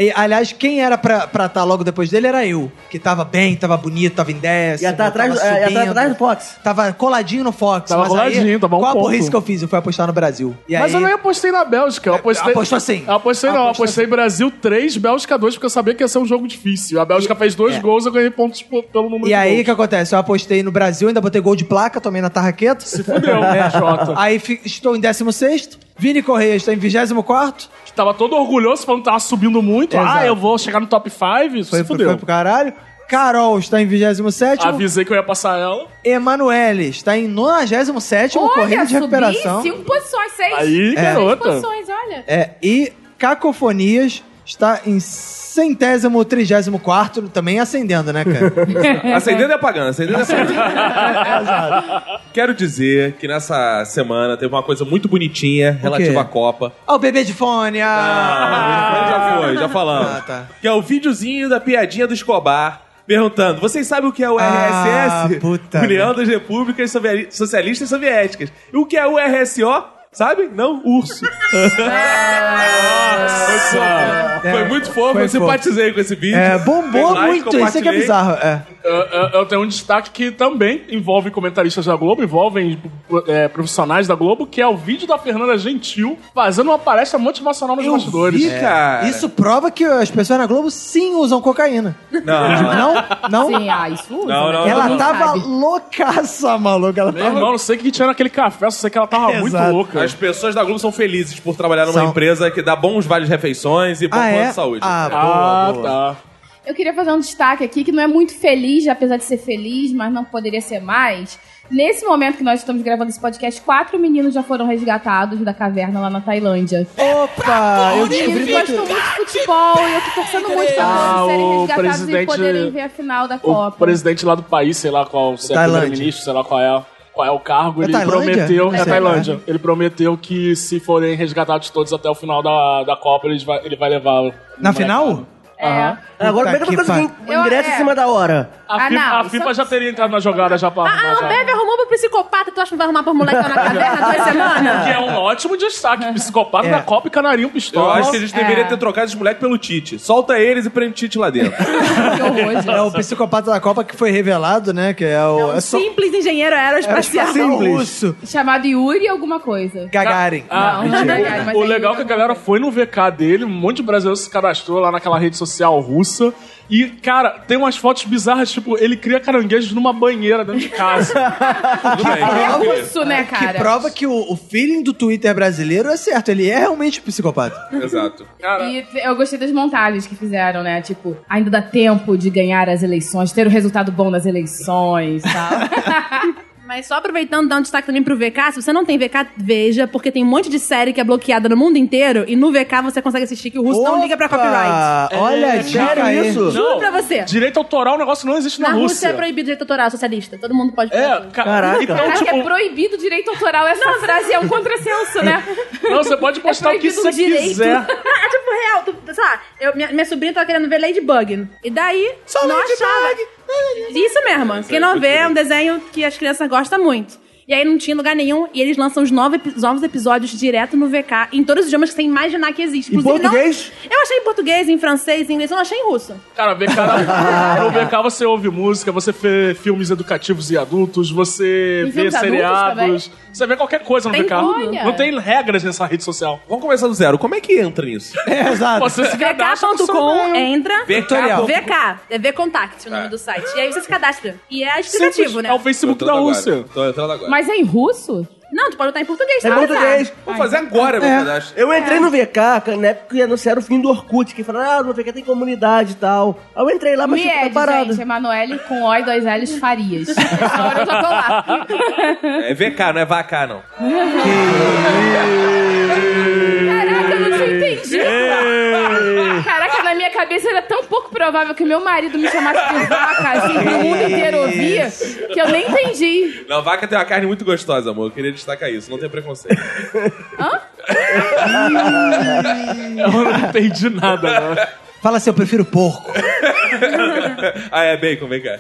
A: E, aliás, quem era pra estar logo depois dele era eu, que tava bem, tava bonito, tava em décimo.
C: Já tá atrás,
A: tava
C: já tá
A: subindo.
C: atrás do Fox.
A: Tava coladinho no Fox.
E: Tava
A: mas aí,
E: coladinho, tava um
A: Qual a
E: ponto.
A: burrice que eu fiz? Eu fui apostar no Brasil. E
E: Mas eu
A: aí,
E: nem apostei na Bélgica. Eu apostei...
A: Apostou sim.
E: Eu apostei não, eu apostei Brasil 3, Bélgica 2, porque eu sabia que ia ser um jogo difícil. A Bélgica fez dois
A: é.
E: gols, eu ganhei pontos po- pelo número
A: e
E: de
A: aí, o
E: gols.
A: que acontece? Eu apostei no Brasil, ainda botei gol de placa, tomei na tarraqueta.
E: Se fudeu, né, Jota?
A: Aí fi- estou em 16º. Vini Correia está em 24º.
E: Tava todo orgulhoso, falando que tava subindo muito.
A: Exato.
E: Ah, eu vou chegar no top 5,
A: Foi,
E: se
A: foi,
E: fudeu.
A: pro caralho. Carol está em 27
E: Avisei que eu ia passar ela.
A: Emanuele está em 97
G: Olha,
A: correndo de recuperação.
G: subi cinco posições, seis.
E: Aí,
G: Seis
E: garota.
G: posições, olha.
A: É, e Cacofonias está em centésimo, trigésimo quarto, também acendendo, né, cara?
B: Acendendo e apagando, acendendo e apagando. Quero dizer que nessa semana teve uma coisa muito bonitinha relativa à Copa.
A: Ó, o bebê de fone! Ah,
B: já foi, já falamos.
A: Ah, tá.
B: Que é o videozinho da piadinha do Escobar. Perguntando, vocês sabem o que é o
A: Ah,
B: RSS?
A: puta
B: União das Repúblicas Sovi- Socialistas Soviéticas. E o que é o RSO? Sabe? Não, urso. Nossa! Foi, fofo. Foi muito
A: É, foi
B: fofo, eu
A: fofo.
B: simpatizei com esse vídeo.
A: É, bombou
B: Tem like,
A: muito, isso é que é
B: compartilhei.
A: bizarro. É.
E: Eu, eu- eu tenho um destaque que também envolve comentaristas da Globo, envolvem é, profissionais da Globo, que é o vídeo da Fernanda Gentil fazendo uma palestra motivacional nos bastidores.
A: vi,
B: É.
A: cara. Isso prova que as pessoas na Globo sim usam cocaína.
B: Não.
A: Não? Não?
D: Sim, ah, isso usa,
B: Não,
D: né?
B: não,
D: Todo
A: Então, Ela
D: mundo
A: tava
D: sabe.
A: loucaça, maluco. Ela
E: Meu
A: tava.
E: irmão, não sei o que tinha naquele café, só sei que ela tava muito
A: Exato.
E: louca.
B: As pessoas da Globo são felizes por trabalhar numa
A: São.
B: empresa que dá bons vales refeições e bom
A: Ah,
B: plano
A: é?
B: de saúde.
A: Ah,
E: Ah,
A: boa, boa.
E: tá.
D: Eu queria fazer um destaque aqui que não é muito feliz, apesar de ser feliz, mas não poderia ser mais. Nesse momento que nós estamos gravando esse podcast, quatro meninos já foram resgatados da caverna lá na Tailândia.
A: Opa, eu
D: Os meninos
A: descobri É, que...
D: gostam muito de futebol e eu tô torcendo muito pra
E: Ah,
D: eles serem
E: o
D: resgatados e
E: presidente-
D: poderem ver a final da
E: O
D: Copa.
E: presidente lá do país, sei lá qual, se é
A: Tailândia.
E: primeiro-ministro, sei lá qual é, qual é o cargo,
A: É
E: ele
A: Tailândia?
E: prometeu.
A: Não
E: É
A: sei.
E: Tailândia. Ele prometeu que se forem resgatados todos até o final da, da Copa, ele vai, ele vai levar. o-
A: Na
E: o
A: final?
D: É.
C: Agora, como é que eu
A: que
C: não consegui
D: Eu-
C: ingresso
D: é.
C: em cima da hora?
E: A,
D: Ah,
E: FIFA,
D: não,
E: a
D: isso
E: FIFA
D: é- ah,
E: já teria entrado na jogada já pra
G: A
E: arrumar. já.
G: Ambev arrumou pro psicopata, tu acha que não vai arrumar pro moleque lá na caverna duas
E: Que
G: semanas?
E: é um ótimo destaque. Psicopata
A: É.
E: da Copa e Canarinho
B: É. Eu
E: Pistola.
B: acho que a gente deveria ter trocado esses moleques pelo Tite. Solta eles e prende o Tite lá dentro.
D: Que horror, gente.
A: É o psicopata da Copa que foi revelado, né? Que é
D: um
A: o... É só... é um tipo
G: Simples engenheiro aeroespacial.
A: Simples.
D: Chamado Yuri alguma coisa.
A: Gagarin.
E: Ah,
D: Não,
E: mentira.
D: verdade, mas
E: o
D: aí
E: legal é
D: eu
E: que a
D: não
E: galera
D: sei.
E: foi no VK dele, um monte de brasileiro se cadastrou lá naquela rede social russa. E, cara, tem umas fotos bizarras, tipo, ele cria caranguejos numa banheira dentro de casa.
B: Tudo bem.
D: É
B: tudo bem.
D: russo, né, cara?
A: Que prova que o, o feeling do Twitter brasileiro é certo. Ele é realmente psicopata.
B: Exato.
D: E eu gostei das montagens que fizeram, né? Tipo, ainda dá tempo de ganhar as eleições, ter um resultado bom nas eleições tá? e tal.
G: Mas só aproveitando, dar um destaque também pro VK. Se você não tem VK, veja, porque tem um monte de série que é bloqueada no mundo inteiro e no VK você consegue assistir que o russo não liga pra copyright.
A: Opa, Olha a dica
C: É, sério
A: aí.
C: isso?
G: Juro pra você.
E: Direito autoral, o negócio não existe na,
G: Na Rússia é
E: Rússia.
G: proibido direito autoral socialista. Todo mundo pode fazer.
E: É, ca-
C: Caraca.
E: Então,
D: Caraca,
E: tipo,
D: é proibido o direito autoral. Essa frase é um contrassenso, né?
E: não, você pode postar o que
D: proibido
E: você
D: o direito.
E: quiser.
G: É tipo real, tu, sei lá, eu, minha, minha sobrinha tava querendo ver Ladybug. E daí, Só não achava. Isso mesmo. Quem não vê é um desenho que as crianças gostam muito. E aí não tinha lugar nenhum, e eles lançam os nove, epi- novos episódios direto no VK, em todos os idiomas que você imaginar que existe.
C: Em
G: Inclusive, não-
C: português?
G: eu achei em português, em francês, em inglês, eu não achei em russo.
E: Cara, VK, no VK você ouve música, você vê filmes educativos e adultos, você
D: Tem
E: vê
D: filmes adultos
E: seriados, você vê qualquer coisa no
G: Tem
E: VK.
G: tudo.
E: Não tem regras nessa rede social.
B: Vamos começar do zero. Como é que entra nisso?
A: É, exato.
E: Você se cadastra com seu
G: VK.com,
E: nome.
G: entra.
B: Tutorial.
G: VK, é V-Contact o nome do site. E aí você se cadastra. E é explicativo,
E: Simples.
G: né?
E: É o Facebook da
B: Tô entrando
E: Rússia.
B: agora. Tô entrando agora.
D: Mas é em russo?
G: Não, tu pode botar em português,
C: É
G: tá?
C: português.
B: Vou fazer agora
A: É.
B: meu cadastro.
C: Eu entrei no VK, na época que anunciaram o fim do Orkut, que falaram, ah, no VK tem comunidade e tal. Aí eu entrei lá, mas ficou
D: Mied,
C: preparado.
D: é, gente. Emanuele com O e dois L's Farias. Essa hora eu já tô lá.
B: É VK, não é VK, não.
D: Caraca, eu não tinha entendido. Caraca, na minha cabeça era tão pouco provável que meu marido me chamasse de vaca, assim, pro mundo inteiro ouvir, que eu nem entendi.
B: Não, vaca tem uma carne muito gostosa, amor. Eu queria destacar isso. Não tem preconceito.
E: Eu não entendi nada, não.
A: Fala assim, eu prefiro porco.
B: ah, é bacon, vem cá.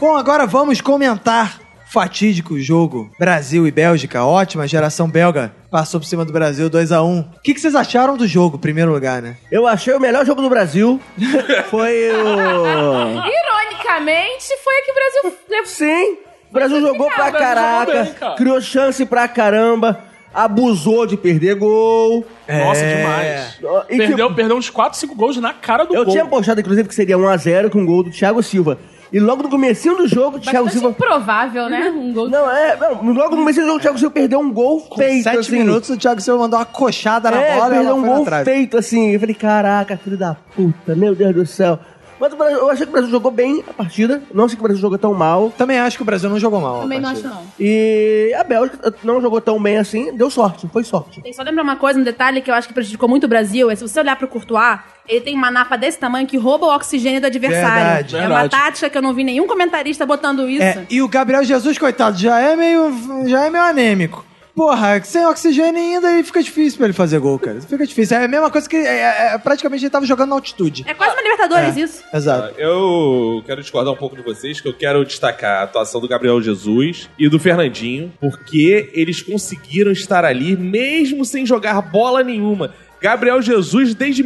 A: Bom, agora vamos comentar o fatídico jogo Brasil e Bélgica. Ótima geração belga. Passou por cima do Brasil 2 a 1 O que, que vocês acharam do jogo, em primeiro lugar, né?
C: Eu achei o melhor jogo do Brasil. Foi o.
D: Ironicamente, foi aqui que o Brasil levou
C: Sim! O Brasil jogou
E: Brasil jogou bem,
C: pra caraca,
E: cara.
C: criou chance pra caramba, abusou de perder gol.
A: É,
E: Nossa, demais.
C: E
E: Perdeu,
C: que-
E: perdeu uns 4, 5 gols na cara do
C: Eu
E: gol.
C: tinha postado, inclusive, que seria 1x0 com o gol do Thiago Silva. E logo no comecinho do jogo, o Thiago
E: tá
D: Bastante
C: Silva.
D: assim, improvável, né? Um gol.
C: Não, é. Não, logo no comecinho do jogo, o Thiago Silva perdeu um gol feito.
A: Sete
C: assim.
A: minutos, o Thiago Silva mandou uma coxada na
C: É,
A: bola e ela
C: perdeu um
A: foi
C: gol
A: na trave.
C: feito, assim. Eu falei, caraca, filho da puta, meu Deus do céu. Mas o Brasil- eu achei que o Brasil jogou bem a partida. Não sei que o Brasil jogou tão mal.
A: Também acho que o Brasil não jogou mal. a
D: Também não acho,
A: partida.
D: não.
C: E a Bélgica não jogou tão bem assim. Deu sorte, foi sorte.
G: Tem só lembrar uma coisa, um detalhe que eu acho que prejudicou muito o Brasil, é se você olhar pro Courtois, ele tem uma napa desse tamanho que rouba o oxigênio do adversário.
A: Verdade.
G: é
E: Verdade.
G: uma tática que eu não vi nenhum comentarista botando isso.
A: É, e o Gabriel Jesus, coitado, já é meio, já é meio anêmico. Porra, sem oxigênio ainda aí fica difícil pra ele fazer gol, cara. Fica difícil. É a mesma coisa que. é- é- é- praticamente ele tava jogando na altitude.
D: É quase uma Libertadores isso.
A: Exato.
B: Eu quero discordar um pouco de vocês, que eu quero destacar a atuação do Gabriel Jesus e do Fernandinho, porque eles conseguiram estar ali mesmo sem jogar bola nenhuma. Gabriel Jesus, desde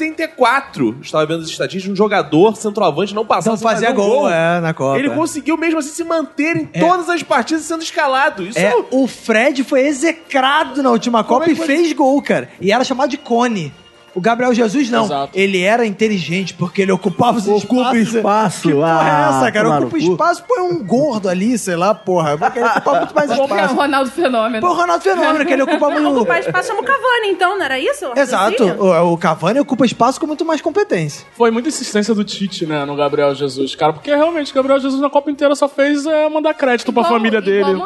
B: 1974, estava vendo as estatísticas, um jogador centroavante não passava
A: Não
B: sem fazer
A: Então, fazia
B: um
A: gol, é, na Copa.
B: Ele conseguiu mesmo assim se manter em todas as partidas sendo escalado. Isso
A: É,
B: é um-
A: o Fred foi execrado na última Copa e fez gol, cara. E era chamado de Cone. O Gabriel Jesus não.
E: Exato.
A: Ele era inteligente porque ele ocupava os
C: Ocupa
A: espaços.
C: espaço.
A: Que porra
C: ah,
A: é essa, cara?
C: tomar no
A: Ocupa
C: cu.
A: espaço, põe um gordo ali, sei lá, porra. Porque ele ocupava muito mais
G: Como
D: um.
G: é o
A: espaço.
G: Ronaldo Fenômeno.
A: Pô, o Ronaldo Fenômeno, que ele ocupa muito...
D: Mas passa o Cavani, então, não era isso?
A: Exato. O, o Cavani ocupa espaço com muito mais competência.
E: Foi muita insistência do Tite, né, no Gabriel Jesus, cara. Porque realmente o Gabriel Jesus na Copa inteira só fez é, mandar crédito pra família dele.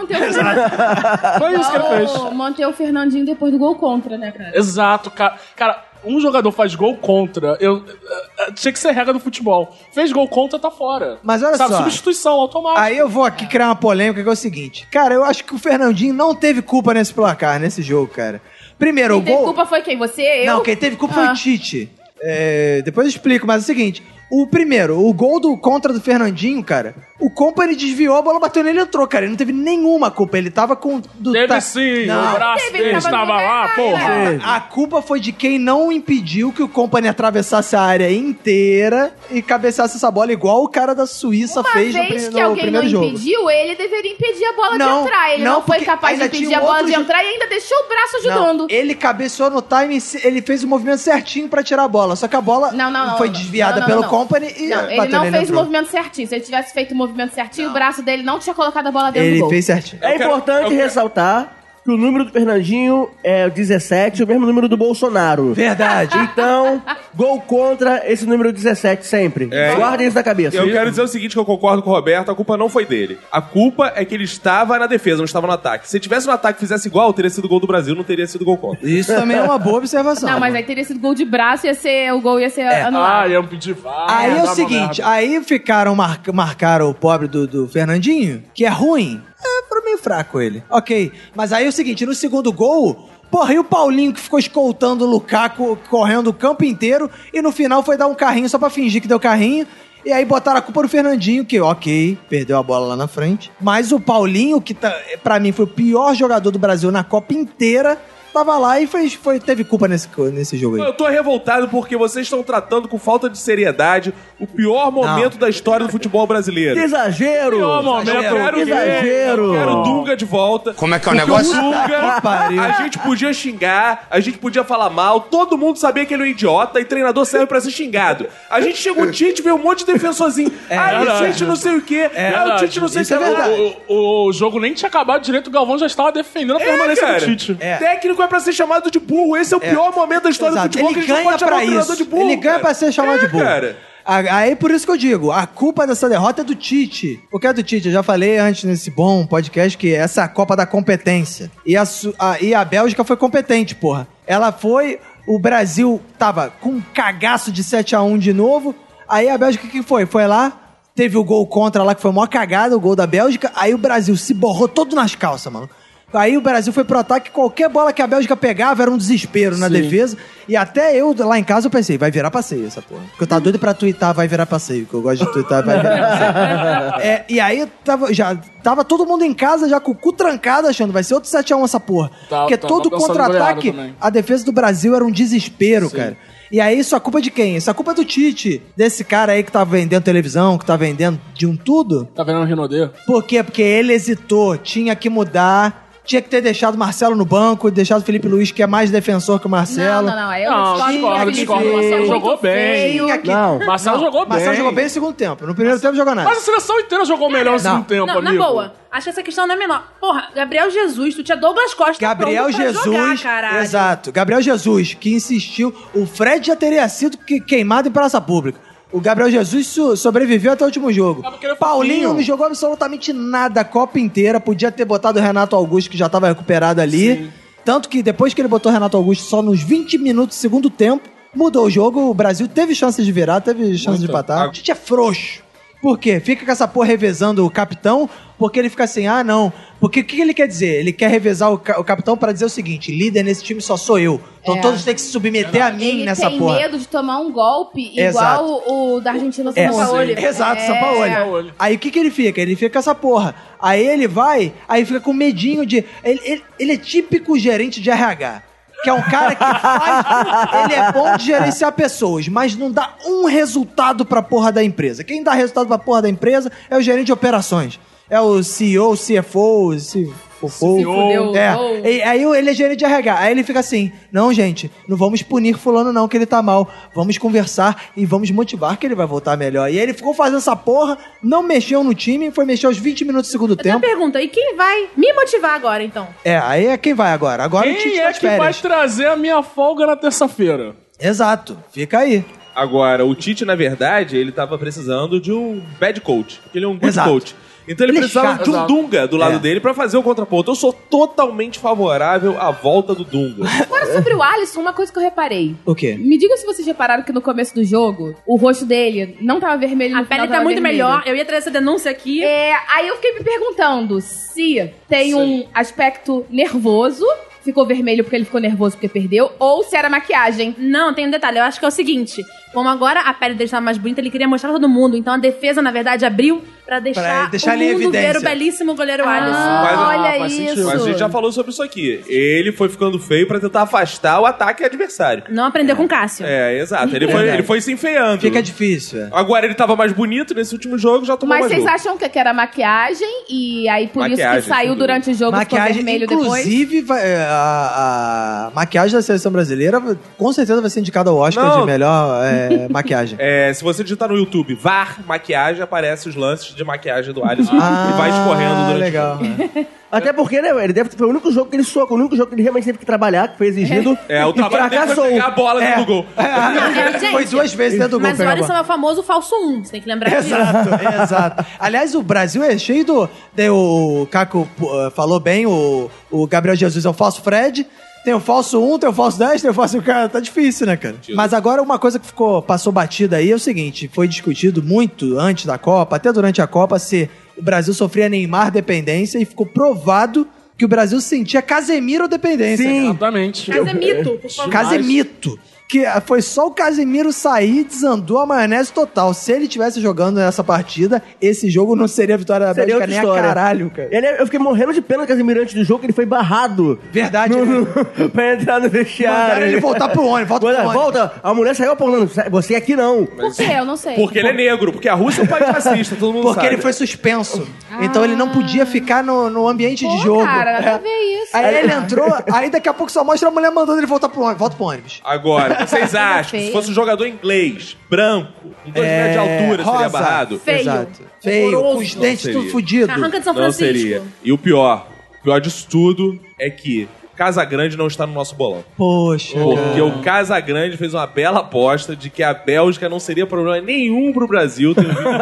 E: Foi isso que ele fez.
G: Manter o Fernandinho depois do gol contra, né, cara?
E: Exato, cara. Cara, um jogador faz gol contra. Eu, eh, eh, tinha que ser regra do futebol. Fez gol contra, tá fora.
A: Mas olha
E: Sabe,
A: só.
E: substituição automática.
A: Aí eu vou aqui criar uma polêmica que é o seguinte. Cara, eu acho que o Fernandinho não teve culpa nesse placar, nesse jogo, cara. Primeiro,
G: Quem
A: o
G: teve
A: gol...
G: culpa foi quem? Você? Eu?
A: Não, quem teve culpa foi
G: Ah.
A: o Tite. É, depois eu explico, mas é o seguinte: o primeiro, o gol do contra do Fernandinho, cara, o Company desviou, a bola bateu nele e entrou, cara. Ele não teve nenhuma culpa. Ele tava com. Do,
E: Teve
A: tá-
E: sim,
A: Não.
E: o braço
G: Teve,
E: dele
G: ele tava
E: estava
G: no
E: lá,
G: lugar,
E: porra.
G: né?
A: A culpa foi de quem não impediu que o Company atravessasse a área inteira e cabeçasse essa bola igual o cara da Suíça
G: Uma
A: fez no,
G: vez
A: prim-
G: que
A: no
G: alguém não
A: primeiro jogo.
G: impediu, ele deveria impedir a bola
A: Não,
G: de entrar. Ele
A: não,
G: não, foi
A: porque
G: capaz de
A: ainda tinha
G: impedir a bola
A: outro
G: de
A: jo-
G: entrar e ainda deixou o braço
A: Não,
G: ajudando.
A: ele cabeceou no time, ele fez o movimento certinho pra tirar a bola, só que a bola
G: Não, não, não.
A: foi
G: não, não.
A: desviada
G: Não, não,
A: pelo
G: não.
A: Company e
G: Não,
A: bateu
G: ele não
A: nele e
G: fez o
A: entrou.
G: movimento certinho. Se ele tivesse feito o movimento certinho, o braço dele não tinha colocado a bola dentro do
A: Ele
G: gol.
A: fez certinho.
C: É
B: Eu quero-
C: importante
B: eu quero-
C: ressaltar que o número do Fernandinho é o 17, o mesmo número do Bolsonaro.
A: Verdade.
C: Então, gol contra esse número 17 sempre.
B: É.
C: Guardem isso na cabeça.
B: Eu quero dizer o seguinte, que eu concordo com o Roberto, a culpa não foi dele. A culpa é que ele estava na defesa, não estava no ataque. Se ele tivesse no ataque e fizesse igual, teria sido gol do Brasil, não teria sido gol contra.
A: Isso também é uma boa observação.
G: Não, mas aí teria sido gol de braço, ia ser, o gol ia ser
A: É.
E: Ah,
G: anulado.
E: ia pedir VAR.
A: Aí é
E: dava
A: o
E: uma
A: seguinte,
E: merda.
A: aí ficaram mar- marcaram o pobre do, do Fernandinho, que é ruim. É, foi meio fraco ele. Ok. Mas aí é o seguinte, no segundo gol, porra, e o Paulinho que ficou escoltando o Lukaku correndo o campo inteiro e no final foi dar um carrinho só pra fingir que deu carrinho. E aí botaram a culpa no Fernandinho, que ok, perdeu a bola lá na frente. Mas o Paulinho, que tá, pra mim foi o pior jogador do Brasil na Copa inteira, tava lá e fez, foi, teve culpa nesse, co- nesse jogo aí.
B: Eu tô revoltado porque vocês estão tratando com falta de seriedade o pior momento da história do futebol brasileiro.
C: Exagero!
E: Pior momento.
B: Eu quero
C: Que
B: o Dunga,
C: exagero!
B: Eu quero o Dunga de volta.
H: Como é que é o
B: Porque
H: negócio?
B: Dunga,
A: pariu.
B: a gente podia xingar, a gente podia falar mal, todo mundo sabia que ele é um idiota e treinador serve pra ser xingado. A gente chega o Tite, vê um monte de defensorzinho. ah, o
E: verdade.
B: Tite não sei o quê. ah, o Tite não sei o
A: Isso
B: que.
A: é verdade.
E: O, o- o jogo nem tinha acabado direito, o Galvão já estava defendendo a
B: É,
E: permanência
B: cara.
E: do Tite.
A: É.
B: Técnico é pra ser chamado de burro. Esse é o pior momento da história do
A: Exato.
B: futebol
A: ele
B: que a gente não
A: ganha
B: pode chamar
A: pra
B: o treinador
A: isso.
B: de burro.
A: ele ganha
B: cara.
A: pra ser chamado
B: É,
A: de burro.
B: cara.
A: A- Aí por isso que eu digo, a culpa dessa derrota é do Tite. O que é do Tite? Eu já falei antes nesse bom podcast que essa é a Copa da competência. E a, Su- a- e a Bélgica foi competente, porra. Ela foi. O Brasil tava com um cagaço de 7 a 1 de novo. Aí a Bélgica o que foi? Foi lá, teve o gol contra lá, que foi a maior cagada, o gol da Bélgica. Aí o Brasil se borrou todo nas calças, mano. Aí o Brasil foi pro ataque, qualquer bola que a Bélgica pegava era um desespero na defesa. E até eu, lá em casa, eu pensei, vai virar passeio essa porra. Porque eu tava doido pra twittar, vai virar passeio. Que eu gosto de twittar, vai virar passeio. É, e aí tava, já, tava todo mundo em casa, já com o cu trancado, achando, vai ser outro 7x1 essa porra.
E: Tá-
A: Porque
E: tava
A: todo
E: pensando em
A: contra-ataque,
E: goleada também.
A: a defesa do Brasil era um desespero, cara. E aí, isso é culpa de quem? Isso é culpa do Tite, desse cara aí que tá vendendo televisão, que tá vendendo de um tudo.
E: Tá vendo o Rinodê?
A: Por quê? Porque ele hesitou, tinha que mudar, tinha que ter deixado o Marcelo no banco, deixado o Felipe Luiz, que é mais defensor que o
G: Não,
A: Marcelo.
G: não, não. aí Eu
E: Não,
G: discordo,
E: discordo,
G: Felipe
E: discordo.
G: Luiz é
E: Marcelo
G: muito
E: jogou bem.
G: feio.
A: Tinha que-
C: Não.
E: Marcelo jogou bem.
A: Marcelo jogou bem no segundo tempo. No primeiro tempo jogou nada.
E: Mas a seleção inteira jogou melhor no segundo tempo,
D: Não, na
E: um amigo.
D: boa. Acho que essa questão não é menor. Porra, Gabriel Jesus, tu tinha Douglas Costa
A: Gabriel
D: pronto pra
A: Jesus.
D: jogar, caralho.
A: exato. Gabriel Jesus, que insistiu. O Fred já teria sido que- queimado em praça pública. O Gabriel Jesus so- sobreviveu até o último jogo.
E: É porque ele é
A: Paulinho
E: fofinho.
A: não jogou absolutamente nada a Copa inteira. Podia ter botado o Renato Augusto, que já estava recuperado ali. Tanto que depois que ele botou o Renato Augusto, só nos 20 minutos do segundo tempo, mudou o jogo. O Brasil teve chance de virar, teve chance de empatar. O Tite é frouxo. Por quê? Fica com essa porra revezando o capitão, porque ele fica assim, ah, não. Porque o que ele quer dizer? Ele quer revezar o, ca- o capitão pra dizer o seguinte: líder nesse time só sou eu. Então
G: É.
A: todos têm que se submeter a mim
G: Ele
A: nessa
G: tem
A: porra.
G: medo de tomar um golpe
A: Exato.
G: igual o, o da Argentina
A: É,
G: Sampaoli.
A: Exato,
G: É.
A: São Paulo. Aí o que, que ele fica? Ele fica com essa porra. Aí ele vai, aí fica com medinho de. Ele, ele- ele é típico gerente de RH. Que é um cara que faz. ele é bom de gerenciar pessoas, mas não dá um resultado pra porra da empresa. Quem dá resultado pra porra da empresa é o gerente de operações. É o CEO, CFO, CFO.
D: Fudeu.
A: É.
D: Oh.
A: E- aí ele é gerente de RH. Aí ele fica assim: não, gente, não vamos punir fulano, não, que ele tá mal. Vamos conversar e vamos motivar que ele vai voltar melhor. E aí ele ficou fazendo essa porra, não mexeu no time, foi mexer aos 20 minutos do segundo
D: Eu tenho uma
A: tempo.
D: pergunta, e quem vai me motivar agora, então?
A: É, aí é quem vai agora. Agora o time
E: Quem
A: tá
E: é
A: de
E: que vai
A: férias.
E: trazer a minha folga na terça-feira?
A: Exato, fica aí.
B: Agora, o Tite, na verdade, ele tava precisando de um bad coach. Porque ele é um good
A: Exato.
B: coach. Então ele,
A: Ele é
B: precisava
A: chato.
B: de um
E: Exato.
B: Dunga do lado
A: É.
B: dele pra fazer o contraponto. Eu sou totalmente favorável à volta do Dunga.
G: Agora sobre o Alisson, uma coisa que eu reparei.
A: O quê?
G: Me diga se vocês repararam que no começo do jogo, o rosto dele não tava vermelho. no
D: A
G: final
D: pele tá
G: tava
D: muito
G: vermelho.
D: melhor, eu ia trazer essa denúncia aqui.
G: É, aí eu fiquei me perguntando se tem um aspecto nervoso, ficou vermelho porque ele ficou nervoso porque perdeu, ou se era maquiagem.
D: Não, tem um detalhe. Eu acho que é o seguinte: como agora a pele dele estava mais bonita, ele queria mostrar pra todo mundo. Então a defesa, na verdade, abriu pra deixar,
A: Pra deixar
D: o
A: ele em
D: mundo ver
A: evidência.
D: o belíssimo goleiro Alisson.
B: Mas-
G: Ah, olha
E: faz
G: isso.
E: sentido.
B: Mas a gente já falou sobre isso aqui. Ele foi ficando feio pra tentar afastar o ataque adversário.
D: Não aprendeu com o Cássio.
B: É, exato. Ele foi,
A: Verdade.
B: ele foi se enfeiando.
A: Fica difícil. é.
B: Agora ele tava mais bonito nesse último jogo, já tomou
G: Mas
B: mais
G: vocês
B: gol.
G: acham que que era maquiagem e aí por
B: Maquiagem,
G: isso que saiu
B: sem dúvida.
G: durante o jogo e ficou
A: Maquiagem,
G: vermelho depois?
A: inclusive, vai- é, a, a maquiagem da seleção brasileira com certeza vai ser indicada ao Oscar
B: Não.
A: de melhor é, maquiagem.
B: É, se você digitar no YouTube VAR maquiagem, aparece os lances de maquiagem do Alisson e vai escorrendo durante o
A: Ah, legal.
B: jogo.
C: Até porque, né, ele deve, foi o único jogo que ele soca, o único jogo que ele realmente teve que trabalhar, que foi exigido.
B: É, o
C: e
B: trabalho dele foi
C: fracassou.
B: pegar a bola dentro do gol.
D: É, gente,
A: Foi duas vezes dentro do gol.
D: Mas o
A: pegar a
D: Alisson
A: bola.
D: é o famoso falso 1, você tem que lembrar disso.
A: Exato, exato. Aliás, o Brasil é cheio do. Tem o Caco pô, falou bem, o, o Gabriel Jesus é o falso Fred. Tem o falso 1, tem o falso 10, tem o falso. Cara, tá difícil, né, cara? Mas agora uma coisa que ficou, passou batida aí é o seguinte: foi discutido muito antes da Copa, até durante a Copa, se o Brasil sofria Neymar dependência e ficou provado que o Brasil sentia Casemiro dependência. cara.
E: Exatamente.
D: Casemito, por favor.
A: Casemito. Que foi só o Casemiro sair, desandou a maionese total. Se ele tivesse jogando nessa partida, esse jogo não seria a vitória da
C: Seria
A: Bélgica
C: outra
A: nem
C: história. É
A: a caralho,
B: É.
A: cara.
C: Ele- eu fiquei morrendo de pena que Casemiro antes do jogo, que ele foi barrado.
A: Verdade,
C: No,
A: né?
C: no- pra entrar no vestiário.
A: Mandaram ele voltar pro ônibus, volta pro
C: Olha,
A: ônibus.
C: volta, a mulher saiu apontando, "Sai- você é aqui não.
G: Por quê? Eu não sei.
B: Porque ele é negro, porque a Rússia é um país racista, todo mundo
A: Porque
B: sabe.
A: ele foi suspenso. Então ele não podia ficar no, no ambiente
G: Pô,
A: de jogo.
G: Ah. cara, nada a
A: É.
G: ver isso.
A: Aí ele entrou, aí daqui a pouco só mostra a mulher mandando ele voltar pro ônibus. Volta pro ônibus.
B: Agora, vocês acham, que se fosse um jogador inglês, branco, com dois metros de
E: É,
B: altura, seria
A: rosa.
B: barrado?
G: Feio.
A: Exato. Feio, com os
B: Não
A: dentes
B: seria.
A: tudo fudido.
D: Arranca de São
B: Não
D: Francisco.
B: seria. E o pior, o pior disso tudo é que Casa Grande não está no nosso bolão.
A: Poxa.
E: É.
B: Porque o Casagrande fez uma bela aposta de que a Bélgica não seria problema nenhum pro Brasil. Tem um vídeo-
A: Não,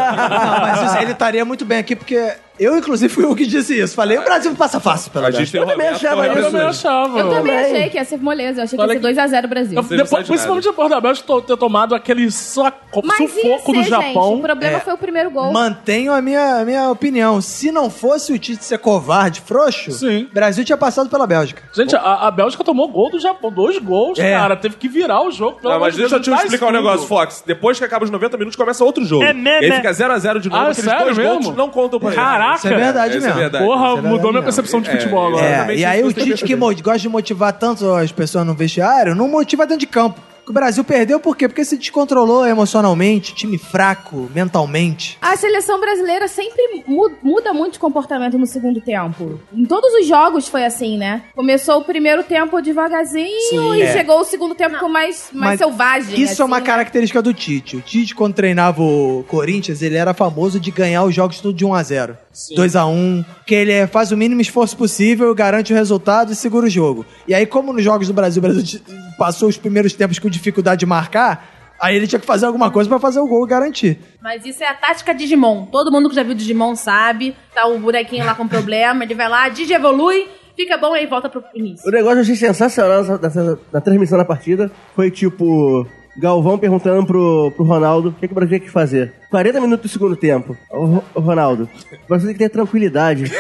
A: mas isso- ele estaria muito bem aqui, porque eu, inclusive, fui eu que disse isso. Falei, o Brasil passa fácil, pelo
B: a
A: menos.
B: gente tem né? o
C: Eu também
B: Roberto, tem o
E: Eu
C: achava
B: Roberto
E: também
B: Nunes.
E: achava.
G: Eu também
A: é
C: Também.
G: achei que ia ser moleza, eu achei que
E: Olha
G: ia ser 2x0 Brasil.
E: Eu-
B: Você não
E: depois-
B: sabe de
E: principalmente
B: nada.
E: a Porta da Bélgica ter- ter tomado aquele soco,
G: Mas
E: sufoco
G: ia
E: do
G: ser,
E: Japão.
G: Gente, o problema
A: É.
G: foi o primeiro gol.
A: Mantenho a minha, a minha opinião. Se não fosse o Tite ser covarde, frouxo,
E: Sim.
A: o Brasil tinha passado pela Bélgica.
E: Gente, a, a Bélgica tomou gol do Japão, dois gols,
A: É.
E: cara. Teve que virar o jogo. Pelo
B: Não,
E: amor
B: mas
E: de
B: deixa eu
E: Deus, tá
B: te
E: não dá
B: explicar um
E: isso
B: negócio,
E: tudo.
B: Fox. Depois que acaba os 90 minutos, começa outro jogo.
E: É mesmo,
B: E aí
E: né?
B: fica 0x0 de novo,
E: Ah,
B: aqueles
E: sério
B: dois
E: mesmo?
B: gols não contam pra eles.
E: Caraca.
A: Isso é verdade
B: Isso é
A: mesmo.
B: verdade.
E: Porra,
A: Isso é
E: mudou minha
A: verdade,
E: percepção de futebol agora.
A: É,
B: exatamente
A: e aí
B: isso
A: o
B: que eu
A: Tite que
B: queria
A: mo- gosta de motivar tanto as pessoas no vestiário, não motiva dentro de campo. O Brasil perdeu por quê? Porque se descontrolou emocionalmente, time fraco mentalmente.
G: A seleção brasileira sempre mu- muda muito de comportamento no segundo tempo. Em todos os jogos foi assim, né? Começou o primeiro tempo devagarzinho e chegou o segundo tempo com mais, mais
A: é. Mas
G: selvagem.
A: Isso é uma
G: assim, né?
A: característica do Tite. O Tite, quando treinava o Corinthians, ele era famoso de ganhar os jogos tudo de 1x0. 2x1. Que ele é- faz o mínimo esforço possível, garante o resultado e segura o jogo. E aí, como nos jogos do Brasil, o Brasil t- passou os primeiros tempos com dificuldade de marcar, aí ele tinha que fazer alguma coisa pra fazer o gol e garantir.
D: Mas isso é a tática Digimon. Todo mundo que já viu Digimon sabe. Tá o bonequinho lá com problema, ele vai lá, Digi evolui, fica bom e aí volta pro
C: O
D: início.
C: negócio que eu achei sensacional nessa- nessa- na transmissão da partida foi tipo. Galvão perguntando pro, pro Ronaldo o é que, que o Brasil tinha que fazer. 40 minutos do segundo tempo. Ô, Ro- ô, Ronaldo, você tem que ter tranquilidade.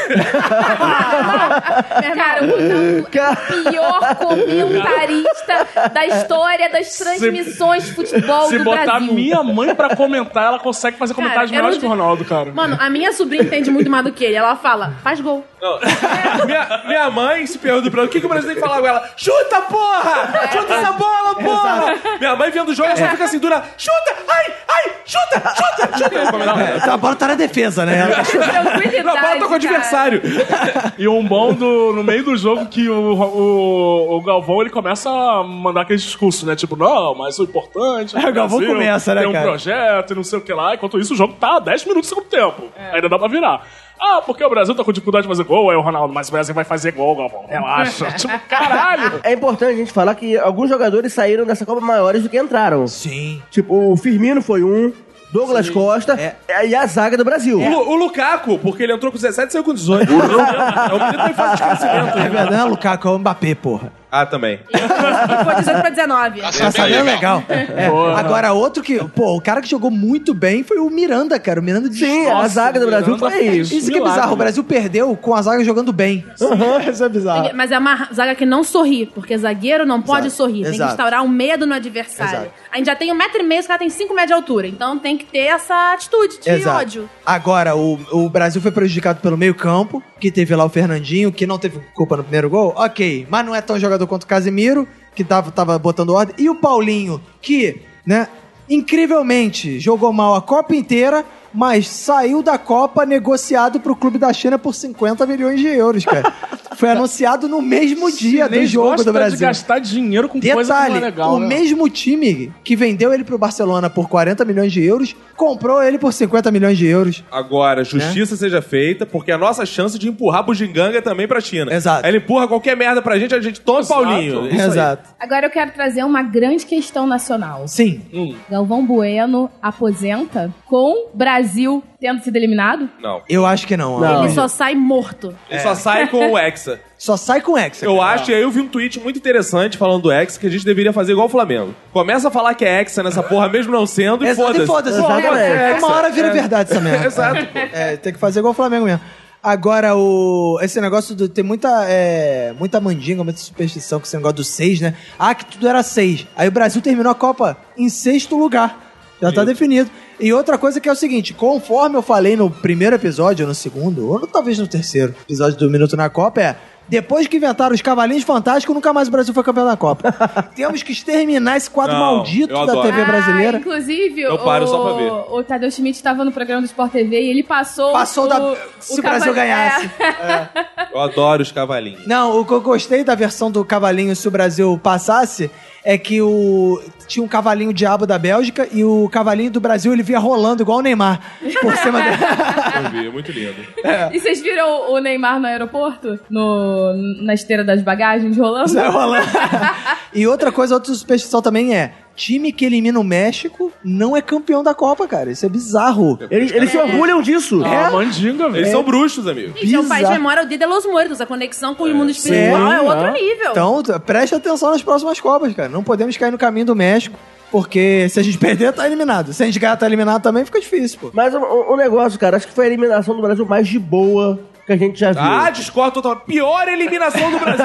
G: Cara, o pior comentarista da história das transmissões de futebol
E: Se
G: do
E: botar
G: Brasil.
E: minha mãe pra comentar, ela consegue fazer
D: Cara,
E: comentários
D: eu
E: melhores
D: não
E: que o
D: sei-
E: Ronaldo, cara.
D: Mano, a minha sobrinha entende muito mais do que ele. Ela fala, faz gol.
B: Não. minha, minha mãe se pergunta pra ela, o que, que o Brasil tem que falar com ela? Chuta, porra! Chuta essa bola, porra! Minha mãe vendo o jogo, ela
E: É.
B: só fica assim dura, chuta! Ai, ai, chuta, chuta, chuta!
A: A bola tá na defesa, né?
G: Tranquilidade.
B: Na bola tá com o
G: cara.
B: adversário.
E: E um bom do, no meio do jogo que o, o, o Galvão ele começa a mandar aquele discurso, né? Tipo, não, mas o importante. É,
A: o Galvão começa, né,
E: Tem um
A: cara?
E: projeto e não sei o que lá. Enquanto isso, o jogo tá 10 minutos do segundo tempo. Ainda dá pra virar. Ah, porque o Brasil tá com dificuldade de fazer gol, aí o Ronaldo, mas o Brasil vai fazer gol, Galvão. Relaxa. tipo, caralho!
C: É importante a gente falar que alguns jogadores saíram dessa Copa maiores do que entraram.
A: Sim.
C: Tipo, o Firmino foi um, Douglas Costa
A: É.
C: e a zaga do Brasil.
B: O, Lu- o Lukaku, porque ele entrou com 17 e saiu com 18. é o menino que faz esquecimento.
A: É verdade, não é o Lukaku, é o Mbappé, porra.
B: Ah, também.
D: E foi 18 pra 19.
A: Mas tá bem legal. É, Agora, outro que... Pô, o cara que jogou muito bem foi o Miranda, cara. O Miranda de
C: Sim, a zaga do Brasil
E: Miranda
C: foi
E: fez.
C: isso.
A: Isso que é bizarro. O
E: né?
A: Brasil perdeu com a zaga jogando bem. Isso é bizarro.
D: Mas é uma zaga que não sorri, porque zagueiro não pode
A: Exato,
D: sorrir. Tem
A: exato.
D: que instaurar um medo no adversário.
A: Exato.
D: A gente já tem um metro e meio, esse cara tem cinco metros de altura. Então tem que ter essa atitude de ódio.
A: Agora, o, o Brasil foi prejudicado pelo meio-campo, que teve lá o Fernandinho, que não teve culpa no primeiro gol. Ok, mas não é tão jogador quanto o Casemiro, que tava, tava botando ordem. E o Paulinho, que, né, incrivelmente jogou mal a Copa inteira. Mas saiu da Copa negociado pro clube da China por 50 milhões de euros, cara. Foi anunciado no mesmo dia do
E: Chinês
A: jogo
E: gosta
A: do
E: de
A: Brasil.
E: gastar dinheiro com coisa que não é
A: Detalhe,
E: legal.
A: o
E: né?
A: mesmo time que vendeu ele pro Barcelona por 40 milhões de euros, comprou ele por 50 milhões de euros.
B: Agora, justiça
A: É?
B: seja feita, porque a nossa chance de empurrar bugiganga é também pra China.
A: Exato.
B: Aí ele empurra qualquer merda pra gente, a gente toma o
E: Exato.
B: Paulinho. É Isso aí.
A: Exato.
G: Agora eu quero trazer uma grande questão nacional.
A: Sim.
G: Galvão Bueno aposenta com o Brasil tendo sido eliminado?
B: Não.
A: Eu acho que não.
C: Não.
D: Ele só sai morto.
E: É.
B: Ele só sai com o Hexa.
A: Só sai com ex.
B: Eu acho, e aí eu vi um tweet muito interessante falando do Hexa, que a gente deveria fazer igual o Flamengo. Começa a falar que é Hexa nessa porra, mesmo não sendo, e
A: Exato,
B: foda-se.
A: e foda-se.
C: Foda-se.
A: É,
B: Foda-se.
A: Uma hora vira verdade essa merda.
B: Exato.
A: É, tem que fazer igual o Flamengo mesmo. Agora, o, esse negócio do. Tem muita, é, muita mandinga, muita superstição com esse negócio do 6, né? Ah, que tudo era 6. Aí o Brasil terminou a Copa em sexto lugar. Já tá definido. E outra coisa que é o seguinte: conforme eu falei no primeiro episódio, ou no segundo, ou no- talvez no terceiro episódio do Minuto na Copa, é. Depois que inventaram os Cavalinhos Fantásticos, nunca mais o Brasil foi campeão da Copa. Temos que exterminar esse quadro
B: Não,
A: maldito
B: eu
A: da
B: adoro.
A: TV brasileira.
G: Ah, inclusive,
B: Eu
G: o,
B: paro só pra ver.
G: o Tadeu Schmidt estava no programa do Sport TV e ele passou.
A: Passou
G: o,
A: da.
G: o
A: Se o
G: capa-
A: Brasil ganhasse.
G: É.
B: Eu adoro os cavalinhos.
A: Não, o que eu gostei da versão do cavalinho se o Brasil passasse é que o tinha um cavalinho diabo da Bélgica e o cavalinho do Brasil ele via rolando igual o Neymar por cima dele.
B: Eu vi, é muito lindo.
G: E vocês viram o Neymar no aeroporto? No, na esteira das bagagens rolando?
A: Saiu rolando. E outra coisa, outra superstição também é time que elimina o México não é campeão da Copa, cara. Isso é bizarro.
C: Eles, eles se orgulham disso.
E: Ah,
A: É.
E: mandinga, velho.
B: Eles são bruxos, amigo.
D: Gente, é um país de
A: Bizarro.
D: memória ao dia de los muertos. A conexão com o mundo espiritual
A: Sim,
D: é outro
E: né?
D: nível.
A: Então, t- preste atenção nas próximas Copas, cara. Não podemos cair no caminho do México, porque se a gente perder, tá eliminado. Se a gente ganhar, tá eliminado também, fica difícil, pô.
C: Mas um, um- um negócio, cara, acho que foi a eliminação do Brasil mais de boa que a gente já viu.
B: Ah, discordo totalmente. Pior eliminação do Brasil.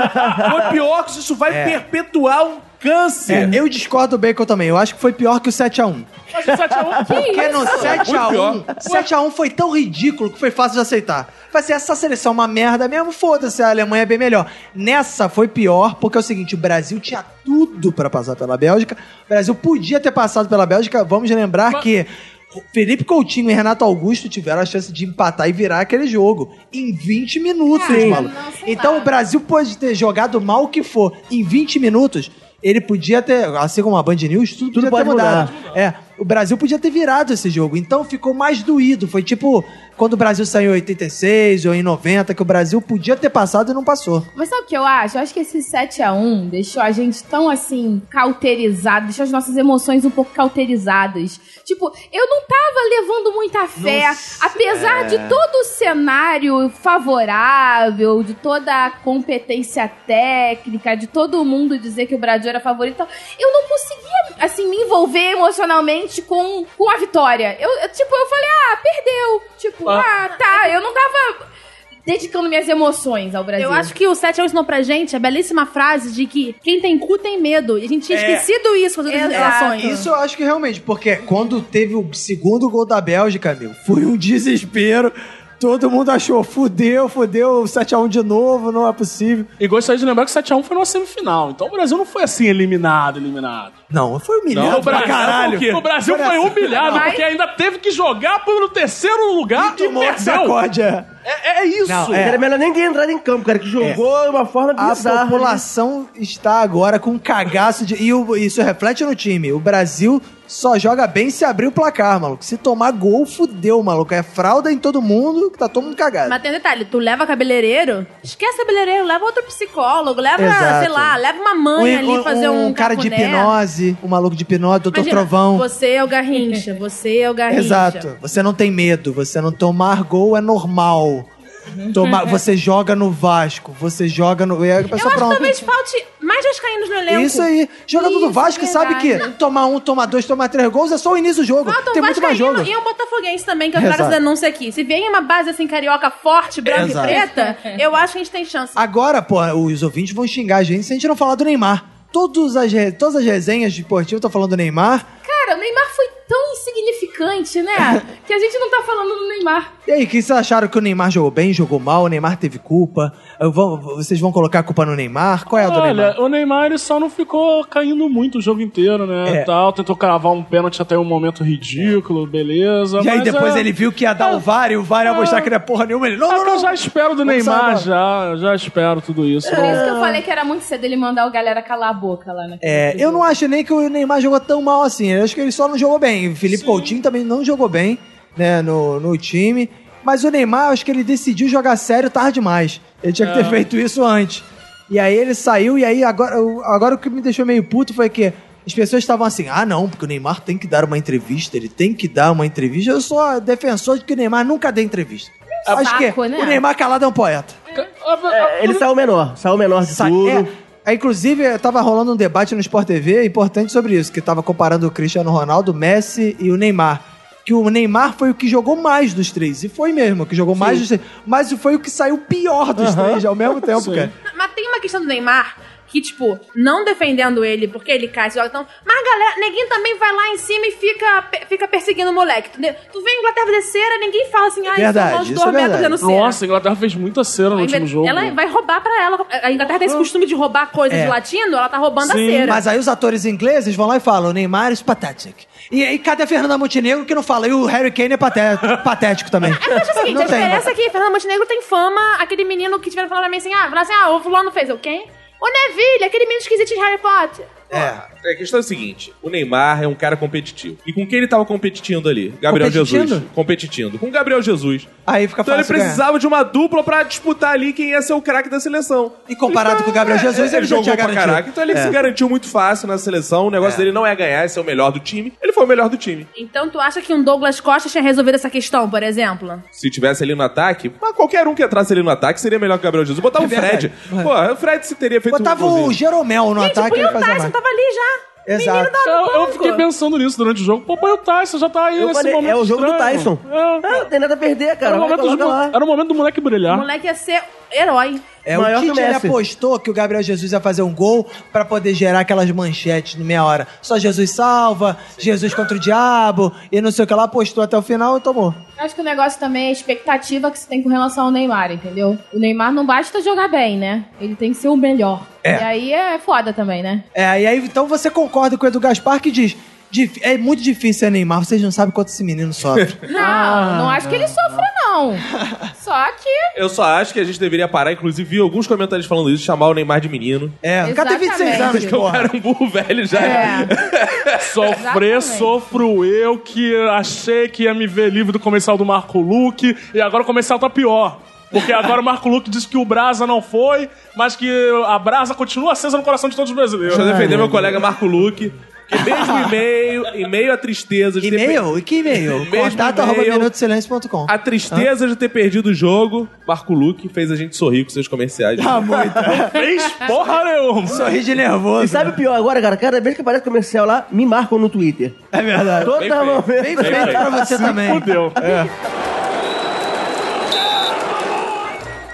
B: Foi pior que isso vai perpetuar um
A: É,
B: câncer.
A: eu discordo do Bacon também. Eu acho que foi pior que o 7x1.
E: Mas o 7x1
A: Porque no 7x1, 7x1 foi tão ridículo que foi fácil de aceitar. Vai ser essa seleção é uma merda mesmo, foda-se, a Alemanha é bem melhor. Nessa foi pior, porque é o seguinte, o Brasil tinha tudo pra passar pela Bélgica. O Brasil podia ter passado pela Bélgica. Vamos lembrar que Felipe Coutinho e Renato Augusto tiveram a chance de empatar e virar aquele jogo em 20 minutos,
D: Cara,
A: maluco.
D: não, sei
A: Então
D: lá.
A: o Brasil pode ter jogado mal o que for em 20 minutos. Ele podia ter, assim como a Band News, tudo, podia
C: pode
A: ter mudado. É, o Brasil podia ter virado esse jogo, então ficou mais doído. Foi tipo quando o Brasil saiu em 86 ou em 90, que o Brasil podia ter passado e não passou.
G: Mas sabe o que eu acho? Eu acho que esse 7x1 deixou a gente tão assim, cauterizado, deixou as nossas emoções um pouco cauterizadas. Tipo, eu não tava levando muita fé, apesar de todo o cenário favorável, de toda a competência técnica, de todo mundo dizer que o Brasil era favorito. então, Eu não conseguia assim, me envolver emocionalmente com, com a vitória. Eu, eu, tipo, eu falei, ah, perdeu. Tipo, ah, tá. Eu não tava dedicando minhas emoções ao Brasil.
D: Eu acho que o 7 anos ensinou pra gente a belíssima frase de que quem tem cu tem medo. E a gente tinha esquecido isso com as outras
G: Exato.
D: relações.
A: É. Isso eu acho que realmente, porque quando teve o segundo gol da Bélgica, amigo, foi um desespero. Todo mundo achou, fudeu, fudeu, 7x1 de novo, não é possível.
E: E gostaria de lembrar que o 7x1 foi numa semifinal. Então o Brasil não foi assim eliminado, eliminado.
A: Não, foi humilhado
E: Não, o
A: pra
E: Brasil,
A: caralho. assim.
E: o Brasil foi humilhado,
G: Mas-
E: porque ainda teve que jogar pro terceiro lugar e,
A: Tomou um
E: perdeu.
A: sacode, é.
E: É, é isso.
A: Não, é.
C: Era melhor ninguém entrar em campo, cara, que jogou de uma forma
A: A
D: né?
C: bizarra.
A: população está agora com um cagaço de. E o- isso reflete no time. O Brasil só joga bem se abrir o placar, maluco. Se tomar gol, fudeu, maluco. É fralda em todo mundo, que tá todo mundo cagado.
D: Mas tem um detalhe, tu leva cabeleireiro, esquece cabeleireiro, leva outro psicólogo, leva,
A: Exato.
D: sei lá, leva uma mãe ali fazer um,
A: cara de
D: cafuné.
A: hipnose, um maluco de hipnose, doutor
D: Imagina,
A: Trovão.
D: Você é o Garrincha, você é o Garrincha.
A: Exato. Você não tem medo, você não tomar gol é normal. Tomar, você joga no Vasco, você joga no. E aí a
D: Uhum. Eu
A: pessoa,
D: acho que
A: pronto.
D: talvez falte mais vascaínos no elenco.
A: Isso aí. Jogador do
D: Isso,
A: Vasco sabe que
D: verdade.
A: tomar um, tomar dois, tomar três gols é só o início do jogo.
D: Falta um
A: Tem muito mais jogo.
D: vascaíno e um botafoguense também, que eu trago
A: Exato.
D: essa denúncia aqui. Se vem uma base assim, carioca forte, branca
A: Exato.
D: e preta, eu acho que a gente tem chance.
A: Agora, pô, os ouvintes vão xingar a gente se a gente não falar do Neymar. Todas as, re- todas as resenhas de esportivo estão falando do Neymar.
G: Cara, o Neymar foi tão insignificante, né? que a gente não tá falando do Neymar.
A: E aí, o que vocês acharam que o Neymar jogou bem, jogou mal, o Neymar teve culpa? Eu vou- vocês vão colocar a culpa no Neymar? Qual é a do Neymar?
E: Olha, o Neymar ele só não ficou caindo muito o jogo inteiro, né?
A: É.
E: Tal, tentou cravar um pênalti até um momento ridículo, beleza.
A: E aí
E: mas
A: depois
E: é-
A: ele viu que ia dar o VAR e o VAR ia mostrar que não é porra nenhuma. Ele, não,
E: É
A: não,
E: o que eu
A: não.
E: já espero do
A: Vamos
E: Neymar,
A: sair
E: já. Já espero tudo isso.
G: Por isso que eu falei que era muito cedo ele mandar o galera calar a boca lá né? na
A: Ah. É, eu não acho nem que o Neymar jogou tão mal assim. Eu acho que ele só não jogou bem. O Felipe Coutinho também não jogou bem né, no, no time. Mas o Neymar, eu acho que ele decidiu jogar sério tarde demais. Ele tinha
G: É.
A: que ter feito isso antes. E aí ele saiu, e aí agora, o- agora o que me deixou meio puto foi que as pessoas estavam assim: ah, não, porque o Neymar tem que dar uma entrevista, ele tem que dar uma entrevista. Eu sou defensor de que o Neymar nunca dê entrevista. acho
G: saco,
A: que
G: né?
A: o Neymar calado é um poeta.
C: É, ele saiu menor, saiu menor de
A: Sa-
C: tudo.
A: é. Aí, inclusive, tava rolando um debate no Sport TV importante sobre isso, que tava comparando o Cristiano Ronaldo, o Messi e o Neymar. Que o Neymar foi o que jogou mais dos três. E foi mesmo, o que jogou mais dos três. Mas foi o que saiu pior dos três ao mesmo tempo,
E: Sim.
A: cara.
D: Mas tem uma questão do Neymar que, tipo, não defendendo ele porque ele cai, se joga tão. Mas a galera, ninguém também vai lá em cima e fica, pe- fica perseguindo o moleque. Tu, de- tu vê a Inglaterra fazer cera, ninguém fala assim, ah,
A: Verdade,
D: isso é um
A: isso é
D: dos metros
A: verdade.
D: fazendo cera.
E: Nossa, a Inglaterra fez muita cera no
D: Ao
E: último
D: invés-
E: jogo.
D: Ela vai roubar pra ela. A Inglaterra tem esse costume de roubar coisas
A: Uhum. É.
D: de latino, ela tá roubando a cera.
A: Mas aí os atores ingleses vão lá e falam, o Neymar é patético. E aí, cadê a Fernanda Montenegro que não fala? E o Harry Kane é paté- patético também.
G: É
D: Eu acho É, o seguinte,
A: Não
D: a
A: tem, né?
D: diferença é que Fernando Montenegro tem fama, aquele menino que tiveram falando pra mim assim, ah, falaram assim, ah, o fulano fez o quem? O Neville, aquele menino esquisito de Harry Potter.
A: É.
B: É, A questão é a seguinte: o Neymar é um cara competitivo. E com quem ele tava competindo ali? Gabriel
A: Competitindo?
B: Jesus. Competitindo. Com Gabriel Jesus.
A: Aí fica
B: Então ele
A: fácil né? ganhar.
B: precisava de uma dupla pra disputar ali quem ia ser o craque da seleção.
A: E comparado
B: Então,
A: com o Gabriel
B: é,
A: Jesus, ele já
B: jogou
A: tinha
B: pra
A: garantido.
B: caraca. Então ele
A: É.
B: se garantiu muito fácil na seleção. O negócio dele não é ganhar, é ser o melhor do time. Ele foi o melhor do time.
D: Então tu acha que um Douglas Costa tinha resolvido essa questão, por exemplo?
B: Se tivesse ali no ataque, mas qualquer um que entrasse ali no ataque seria melhor que o Gabriel Jesus. Botava
A: É
B: o Fred.
A: verdade.
B: Pô, o Fred se teria feito
A: Botava
B: um
A: o
B: golzinho.
A: Jeromel no
D: Gente,
A: ataque.
D: o
A: ele
D: Will
A: fazia
D: Tyson
A: mais.
D: tava ali já.
A: Exato.
E: Eu, eu
D: Banco.
E: fiquei pensando nisso durante o jogo. Pô, põe o Tyson, já tá aí
C: Eu
E: nesse
C: falei,
E: momento
C: é o jogo do
E: estranho.
C: Tyson.
E: É.
C: Ah, não tem nada a perder,
A: um
C: cara.
E: Era o,
C: Vai,
E: momento do,
C: coloca lá.
E: era o momento do moleque brilhar.
D: O moleque ia ser herói.
A: É,
C: Maior
A: o Tite
C: que o
A: ele
C: Messi.
A: apostou que o Gabriel Jesus ia fazer um gol pra poder gerar aquelas manchetes no meia hora. Só Jesus salva, Jesus contra o diabo e não sei o que lá. Apostou até o final e tomou.
G: Eu Acho que o negócio também é a expectativa que você tem com relação ao Neymar, entendeu? O Neymar não basta jogar bem, né? Ele tem que ser o melhor.
A: É.
G: E aí é foda também, né?
A: É, e aí então você concorda com o Edu Gaspar que diz: "Dif- é muito difícil ser Neymar, vocês não sabem quanto esse menino sofre.
D: Ah.
G: Não, Ah, não acho que ele sofra, não. Só que.
B: Eu só acho que a gente deveria parar, inclusive, vi alguns comentários falando isso, chamar o Neymar de menino.
A: É, o cara tem 26
G: Exatamente.
A: anos,
B: Porque o
A: porra.
B: cara é um burro velho já.
G: É.
E: Sofrer,
G: Exatamente.
E: sofro eu que achei que ia me ver livre do comercial do Marco Luque e agora o comercial tá pior. Porque agora o Marco Luque disse que o Brasa não foi, mas que a Brasa continua acesa no coração de todos os brasileiros. É.
B: Deixa eu defender meu colega Marco Luque. Porque mesmo e-mail, e-mail a tristeza de ter
A: E-mail? E que e-mail?
B: Mesmo
A: Contato arroba
B: e-mail.
A: minutosilencio.com.
B: A tristeza de ter perdido o jogo, Marco Luque fez a gente sorrir com seus comerciais.
A: Ah, muito.
E: Fez porra nenhuma.
A: Sorri de
C: E
A: nervoso.
C: sabe o pior agora, cara? Cada vez que aparece comercial lá, me marcam no Twitter.
A: É verdade.
C: Toda
B: Bem feito.
C: momento.
A: Bem feito pra você também.
E: Fudeu.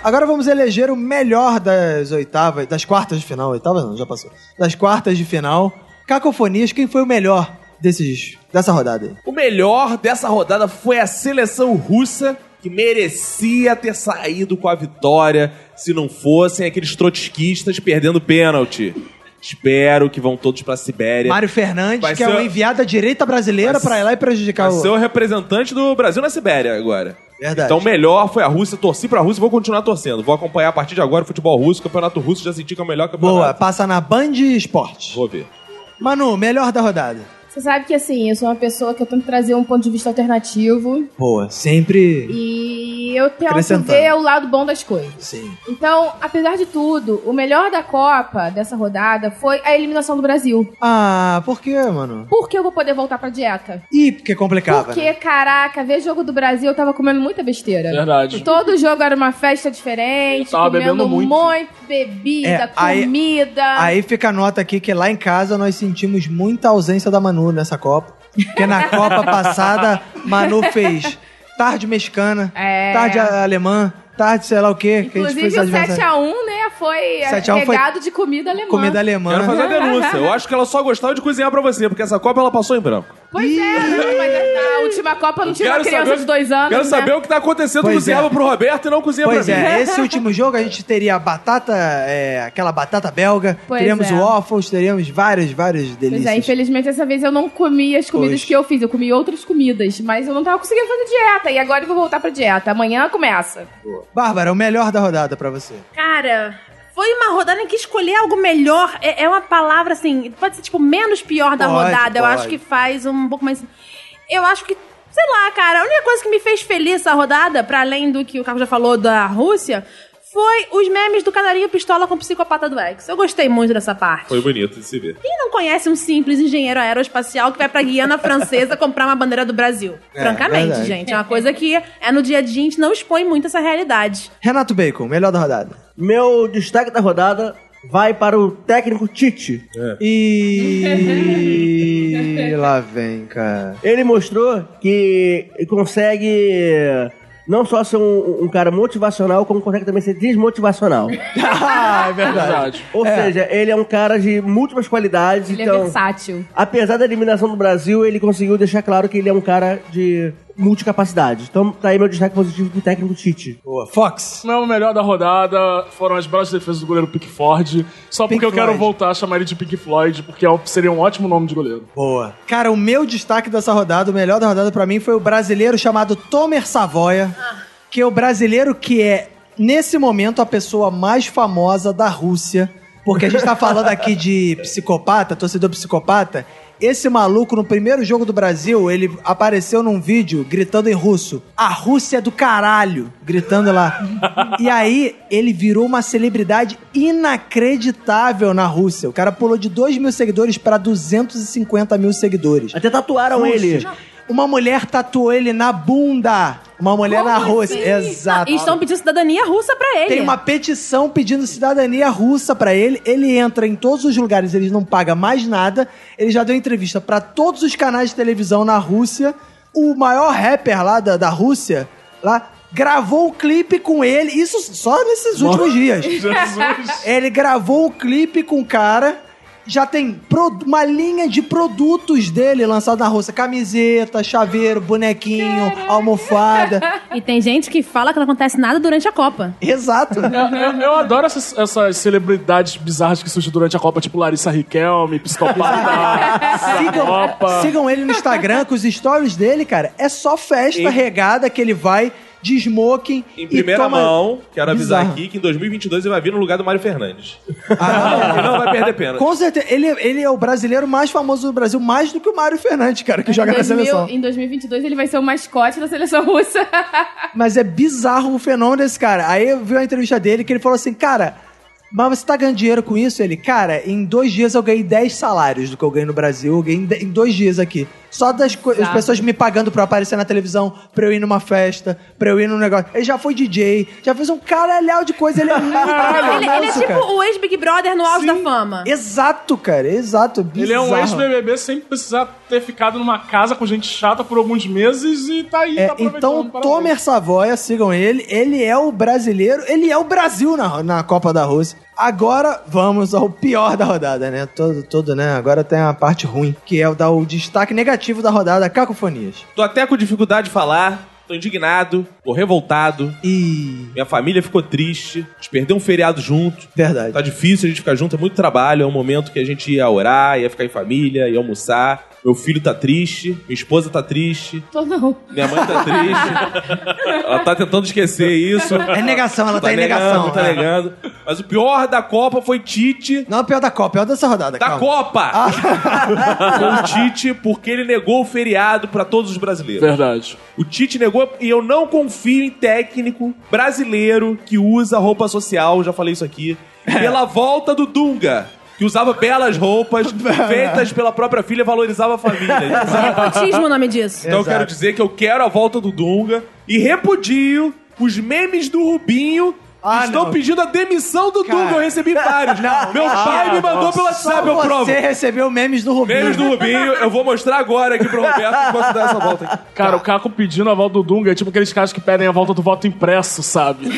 A: Agora vamos eleger o melhor das oitavas, das quartas de final. Oitavas não, já passou. Das quartas de final. Cacofonias, quem foi o melhor desses, dessa rodada aí?
B: O melhor dessa rodada foi a seleção russa, que merecia ter saído com a vitória se não fossem aqueles trotskistas perdendo pênalti. Espero que vão todos pra Sibéria.
A: Mário Fernandes,
B: Vai
A: que
B: ser-
A: é o enviado da direita brasileira
B: Vai
A: pra ir lá e prejudicar
B: Vai
A: o...
B: ser o representante do Brasil na Sibéria agora.
A: Verdade.
B: Então, o melhor foi a Rússia. Torci pra Rússia e vou continuar torcendo. Vou acompanhar a partir de agora o futebol russo, o campeonato russo. Já senti que é o melhor campeonato.
A: Boa, passa na Band Esporte.
B: Vou ver.
A: Manu, melhor da rodada.
G: Você sabe que assim, eu sou uma pessoa que eu tento trazer um ponto de vista alternativo
A: Boa, sempre...
G: e eu tento
A: Acrescentando.
G: ver o lado bom das coisas.
A: Sim.
G: Então, apesar de tudo, o melhor da Copa dessa rodada foi a eliminação do Brasil.
A: Ah, por quê, mano?
G: Porque eu vou poder voltar pra dieta.
A: Ih, porque complicava, né?
G: Porque, caraca, ver jogo do Brasil, eu tava comendo muita besteira.
E: Verdade.
G: Todo jogo era uma festa diferente,
E: Eu É. tava
G: comendo
E: bebendo muito.
G: muito bebida,
A: É, aí-
G: comida.
A: Aí fica a nota aqui que lá em casa nós sentimos muita ausência da Manu nessa Copa. Porque na Copa passada, Manu fez tarde mexicana,
G: É.
A: tarde a- alemã, tarde sei lá o quê. que a gente fez
G: Inclusive, o
A: adversário.
G: 7x1, né, foi
A: 7x1 foi-
G: regado de comida alemã.
A: Comida alemã.
B: Quero fazer a denúncia. Eu acho que ela só gostava de cozinhar pra você, porque essa Copa ela passou em branco.
G: Pois é, né? Mas na última Copa não tinha uma criança de dois anos.
B: Quero
G: né?
B: saber o que tá acontecendo.
A: Pois
B: cozinhava
A: é.
B: pro Roberto e não cozinha
A: Pois
B: pra mim.
A: é, esse último jogo a gente teria a batata, é, aquela batata belga,
G: Pois
A: teríamos
G: é.
A: waffles, teríamos várias, várias delícias.
G: Pois é, infelizmente dessa vez eu não comi as comidas
A: Poxa.
G: que eu fiz, eu comi outras comidas, mas eu não tava conseguindo fazer dieta. E agora eu vou voltar pra dieta. Amanhã começa.
A: Bárbara, o melhor da rodada pra você.
D: Cara, foi uma rodada em que escolher algo melhor é, é uma palavra assim, pode ser tipo menos pior da
A: Pode,
D: rodada. Eu
A: pode.
D: acho que faz um pouco mais. Eu acho que, sei lá, cara, a única coisa que me fez feliz essa rodada, pra além do que o Carlos já falou da Rússia, foi os memes do Canarinho Pistola com o Psicopata do Ex. Eu gostei muito dessa parte.
B: Foi bonito de se ver.
D: Quem não conhece um simples engenheiro aeroespacial que vai pra Guiana Francesa comprar uma bandeira do Brasil?
A: É,
D: Francamente,
A: verdade.
D: gente. É uma coisa que é no dia a dia, a gente não expõe muito essa realidade.
A: Renato Bacon, melhor da rodada.
C: Meu destaque da rodada vai para o técnico Tite.
B: É.
A: E lá vem, cara.
C: Ele mostrou que consegue não só ser um, um cara motivacional, como consegue também ser desmotivacional.
A: ah, é verdade.
E: Verdade.
C: Ou seja, ele é um cara de múltiplas qualidades.
G: Ele é
C: então,
G: versátil.
C: apesar da eliminação do Brasil, ele conseguiu deixar claro que ele é um cara de multicapacidade. Então tá aí meu destaque positivo pro técnico Tite.
A: Boa. Fox.
E: Não é o melhor da rodada, foram as belas defesas do goleiro Pickford. Só porque
A: Pink
E: eu quero
A: Floyd.
E: voltar a chamar ele de Pink Floyd, porque é um- seria um ótimo nome de goleiro.
A: Boa. Cara, o meu destaque dessa rodada, o melhor da rodada pra mim foi o brasileiro chamado Tomer Savoia, que é o brasileiro que é, nesse momento, a pessoa mais famosa da Rússia. Porque a gente tá falando aqui de psicopata, torcedor psicopata. Esse maluco, no primeiro jogo do Brasil, ele apareceu num vídeo gritando em russo: A Rússia é do caralho! Gritando lá. e aí, ele virou uma celebridade inacreditável na Rússia. O cara pulou de 2 mil seguidores pra 250 mil seguidores.
C: Até tatuaram ele.
A: Uma mulher tatuou ele na bunda. Uma mulher na Rússia. Exato.
D: E estão pedindo cidadania russa pra ele.
A: Ah, tá. Tem uma petição pedindo cidadania russa pra ele. Ele entra em todos os lugares, ele não paga mais nada. Ele já deu entrevista pra todos os canais de televisão na Rússia. O maior rapper lá da, da Rússia, lá, gravou o clipe com ele. Isso só nesses últimos dias.
E: Jesus.
A: Ele gravou o clipe com o cara. Já tem pro- uma linha de produtos dele lançado na Rússia. Camiseta, chaveiro, bonequinho, almofada.
D: E tem gente que fala que não acontece nada durante a Copa.
A: Exato.
E: Eu, eu- eu adoro essas, essas celebridades bizarras que surgem durante a Copa, tipo Larissa Riquelme, Psicopata.
A: Sigam,
E: Opa.
A: sigam ele no Instagram, que os stories dele, cara, é só festa
B: Em-
A: regada que ele vai de smoking.
B: Em primeira
A: e toma...
B: mão, quero avisar
A: Bizarro.
B: aqui que em 2022 ele vai vir no lugar do Mário Fernandes.
A: Ah,
B: Ele não vai perder pena.
A: com certeza, ele, ele é o brasileiro mais famoso do Brasil, mais do que o Mário Fernandes, cara, que
G: Em
A: joga na
G: 2000
A: seleção.
G: Em 2022 ele vai ser o mascote da seleção russa.
A: Mas é bizarro o fenômeno desse cara. Aí eu vi uma entrevista dele que ele falou assim, cara, Mas você tá ganhando dinheiro com isso? Ele, cara, em dois dias eu ganhei 10 salários do que eu ganho no Brasil. Eu ganhei em de- em dois dias aqui. Só das co- as
G: Exato.
A: pessoas me pagando pra aparecer na televisão, pra eu ir numa festa, pra eu ir num negócio. Ele já foi DJ, já fez um caralhau de coisa. Ele é muito
D: Ele, ele é
A: maravilhoso,
D: tipo
A: cara.
D: o ex-Big Brother no auge da fama.
A: Exato, cara. Exato. Bizarro.
E: Ele é um ex-BBB sem precisar ter ficado numa casa com gente chata por alguns meses e tá aí,
A: É,
E: tá aproveitando.
A: então,
E: parabéns.
A: Tomer Savoia, sigam ele. Ele é o brasileiro, ele é o Brasil na, na Copa da Rússia. Agora vamos ao pior da rodada, né? Todo, todo, né? Agora tem a parte ruim, que é o dar o destaque negativo da rodada, cacofonias.
B: Tô até com dificuldade de falar, tô indignado, tô revoltado,
A: E
B: minha família ficou triste, a gente perdeu um feriado junto.
A: verdade.
B: Tá difícil a gente ficar junto, é muito trabalho, é um momento que a gente ia orar, ia ficar em família, ia almoçar. Meu filho tá triste, minha esposa tá triste,
G: Tô não.
B: minha mãe tá triste. Ela tá tentando esquecer isso.
A: É negação, ela tá, em
B: negando,
A: negação.
B: Tá negando. Mas o pior da Copa foi Tite
A: Não, pior da Copa, pior dessa rodada.
B: da
A: calma. Ah.
B: Copa! Foi o Tite porque ele negou o feriado pra todos os brasileiros.
E: Verdade.
B: O Tite negou e eu não confio em técnico brasileiro que usa roupa social, já falei isso aqui,
A: É.
B: pela volta do Dunga. Que usava belas roupas, feitas pela própria filha, valorizava a família.
D: Nepotismo é o nome disso.
B: Então eu
A: Exato.
B: quero dizer que eu quero a volta do Dunga e repudio os memes do Rubinho. que
A: Ah,
B: estão
A: não.
B: pedindo a demissão do
A: Cara.
B: Dunga, eu recebi vários.
A: Não,
B: Meu
A: não.
B: pai me mandou
A: Só
B: pelo WhatsApp, eu provo.
A: você recebeu memes do Rubinho.
B: Memes do Rubinho, eu vou mostrar agora aqui pro Roberto enquanto dá essa volta aqui.
E: Cara, o Caco pedindo a volta do Dunga é tipo aqueles caras que pedem a volta do voto impresso, sabe?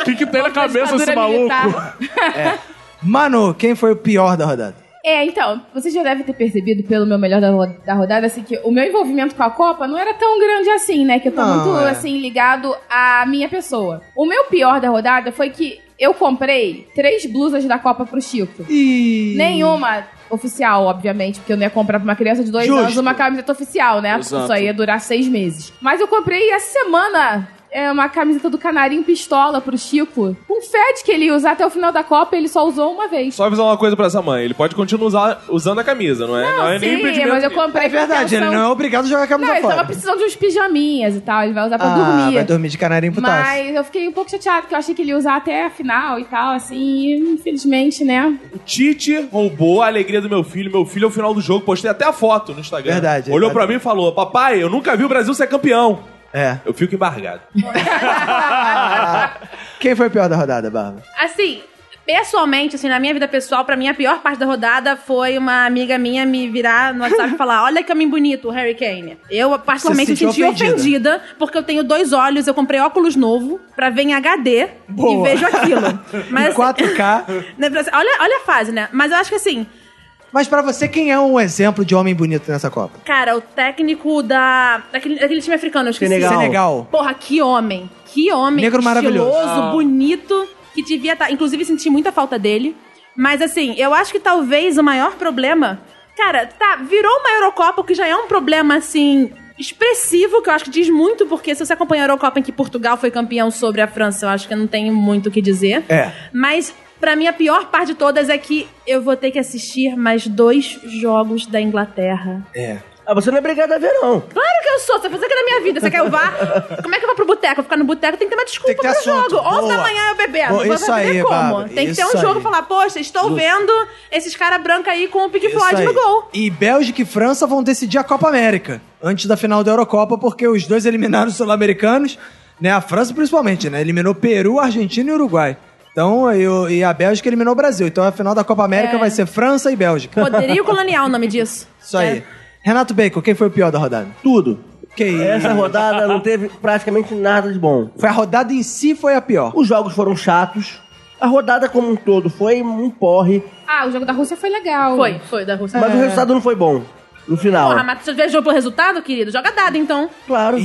E: O que, que tem na cabeça esse
G: Ditadura
E: maluco?
G: militar.
A: Manu, quem foi o pior da rodada?
G: É, então, vocês já devem ter percebido pelo meu melhor da, ro- da rodada, assim, que o meu envolvimento com a Copa não era tão grande assim, né? Que eu tô
A: Não,
G: muito,
A: é.
G: assim, ligado à minha pessoa. O meu pior da rodada foi que eu comprei três blusas da Copa pro Chico.
A: E...
G: Nenhuma oficial, obviamente, porque eu não ia comprar pra uma criança de dois
A: Justo.
G: anos uma camiseta oficial, né?
E: Exato.
G: Isso aí ia durar seis meses. Mas eu comprei essa semana é, uma camiseta do Canarinho Pistola pro Chico. Um Fed que ele ia usar até o final da Copa, ele só usou uma vez.
B: Só avisar uma coisa pra essa mãe, ele pode continuar usar- usando a camisa, não é? Não, é
G: Sim,
B: impedimento
G: mas eu
B: nenhum.
G: comprei
A: É verdade,
G: com
A: ele
G: intenção-
A: não é obrigado a jogar a camisa
G: Não, ele
A: fora.
G: tava precisando de uns pijaminhas e tal, ele vai usar pra
A: ah,
G: dormir.
A: vai dormir de canarinho pro tacho.
G: Mas eu fiquei um pouco chateada, porque eu achei que ele ia usar até a final e tal, assim, e, infelizmente, né?
B: O Tite roubou a alegria do meu filho. Meu filho, ao final do jogo, postei até a foto no Instagram.
A: Verdade,
B: Olhou
A: verdade.
B: pra mim e falou: Papai, eu nunca vi o Brasil ser campeão.
A: É.
B: Eu fico embargado.
A: Quem foi o pior da rodada, Bárbara?
D: Assim, pessoalmente, assim, na minha vida pessoal, pra mim a pior parte da rodada foi uma amiga minha me virar no WhatsApp e falar: Olha que homem bonito, o Harry Kane. Eu, particularmente,
A: Você se
D: me senti
A: sentiu
D: ofendida. porque eu tenho dois olhos, eu comprei óculos novo pra ver em HD
A: Boa.
D: e vejo aquilo.
A: Em
D: Mas, assim,
A: 4K.
D: né, pra- olha, olha a fase, né? Mas eu acho que assim,
A: Mas pra você, quem é um exemplo de homem bonito nessa Copa?
D: cara, o técnico da. daquele, daquele time africano, eu esqueci.
C: Senegal.
A: Senegal.
D: Porra, que homem. Que homem.
A: Negro maravilhoso.
D: Estiloso, bonito, que devia estar. Inclusive, senti muita falta dele. Mas assim, eu acho que talvez o maior problema. Cara, tá, virou uma Eurocopa, o que já é um problema assim. Expressivo, que eu acho que diz muito, porque se você acompanha a Eurocopa em que Portugal foi campeão sobre a França, eu acho que eu não tenho muito o que dizer.
A: É.
D: Mas, pra mim, a pior parte de todas é que eu vou ter que assistir mais dois jogos da Inglaterra.
C: Ah, você não é obrigado a ver, não.
D: Claro que eu sou, você vai fazer que na minha vida. Você quer eu vá? Como é que eu vou pro boteco? Eu Ficar no boteco tem que ter uma desculpa
A: Tem que ter
D: pro
A: assunto.
D: jogo. 11 da
A: Boa.
D: manhã eu bebendo.
A: Boa,
D: Vou
A: isso
D: saber
A: aí,
D: como.
A: Bárbara,
D: Tem que ter um
A: isso
D: jogo
A: aí.
D: e falar, poxa, estou vendo esses caras brancos aí com o Pink
A: Isso
D: Floyd
A: aí.
D: no gol.
A: E Bélgica e França vão decidir a Copa América antes da final da Eurocopa, porque os dois eliminaram os sul-americanos, né? A França principalmente, né? Eliminou Peru, Argentina e Uruguai. Então, e, o- e a Bélgica eliminou o Brasil. Então, a final da Copa América vai ser França e Bélgica.
D: Poderio colonial o nome disso.
A: Isso aí. Renato Bacon, quem foi o pior da rodada?
C: Tudo.
A: Que isso?
C: Essa rodada não teve praticamente nada de bom.
A: Foi a rodada em si foi a pior.
C: Os jogos foram chatos. A rodada como um todo foi um porre,
G: Ah, o jogo da Rússia foi legal.
D: É. Foi, foi da Rússia.
G: É.
C: mas o resultado não foi bom. No final.
D: Porra, mas você vejou pelo resultado, querido? Joga dado, então.
C: Claro.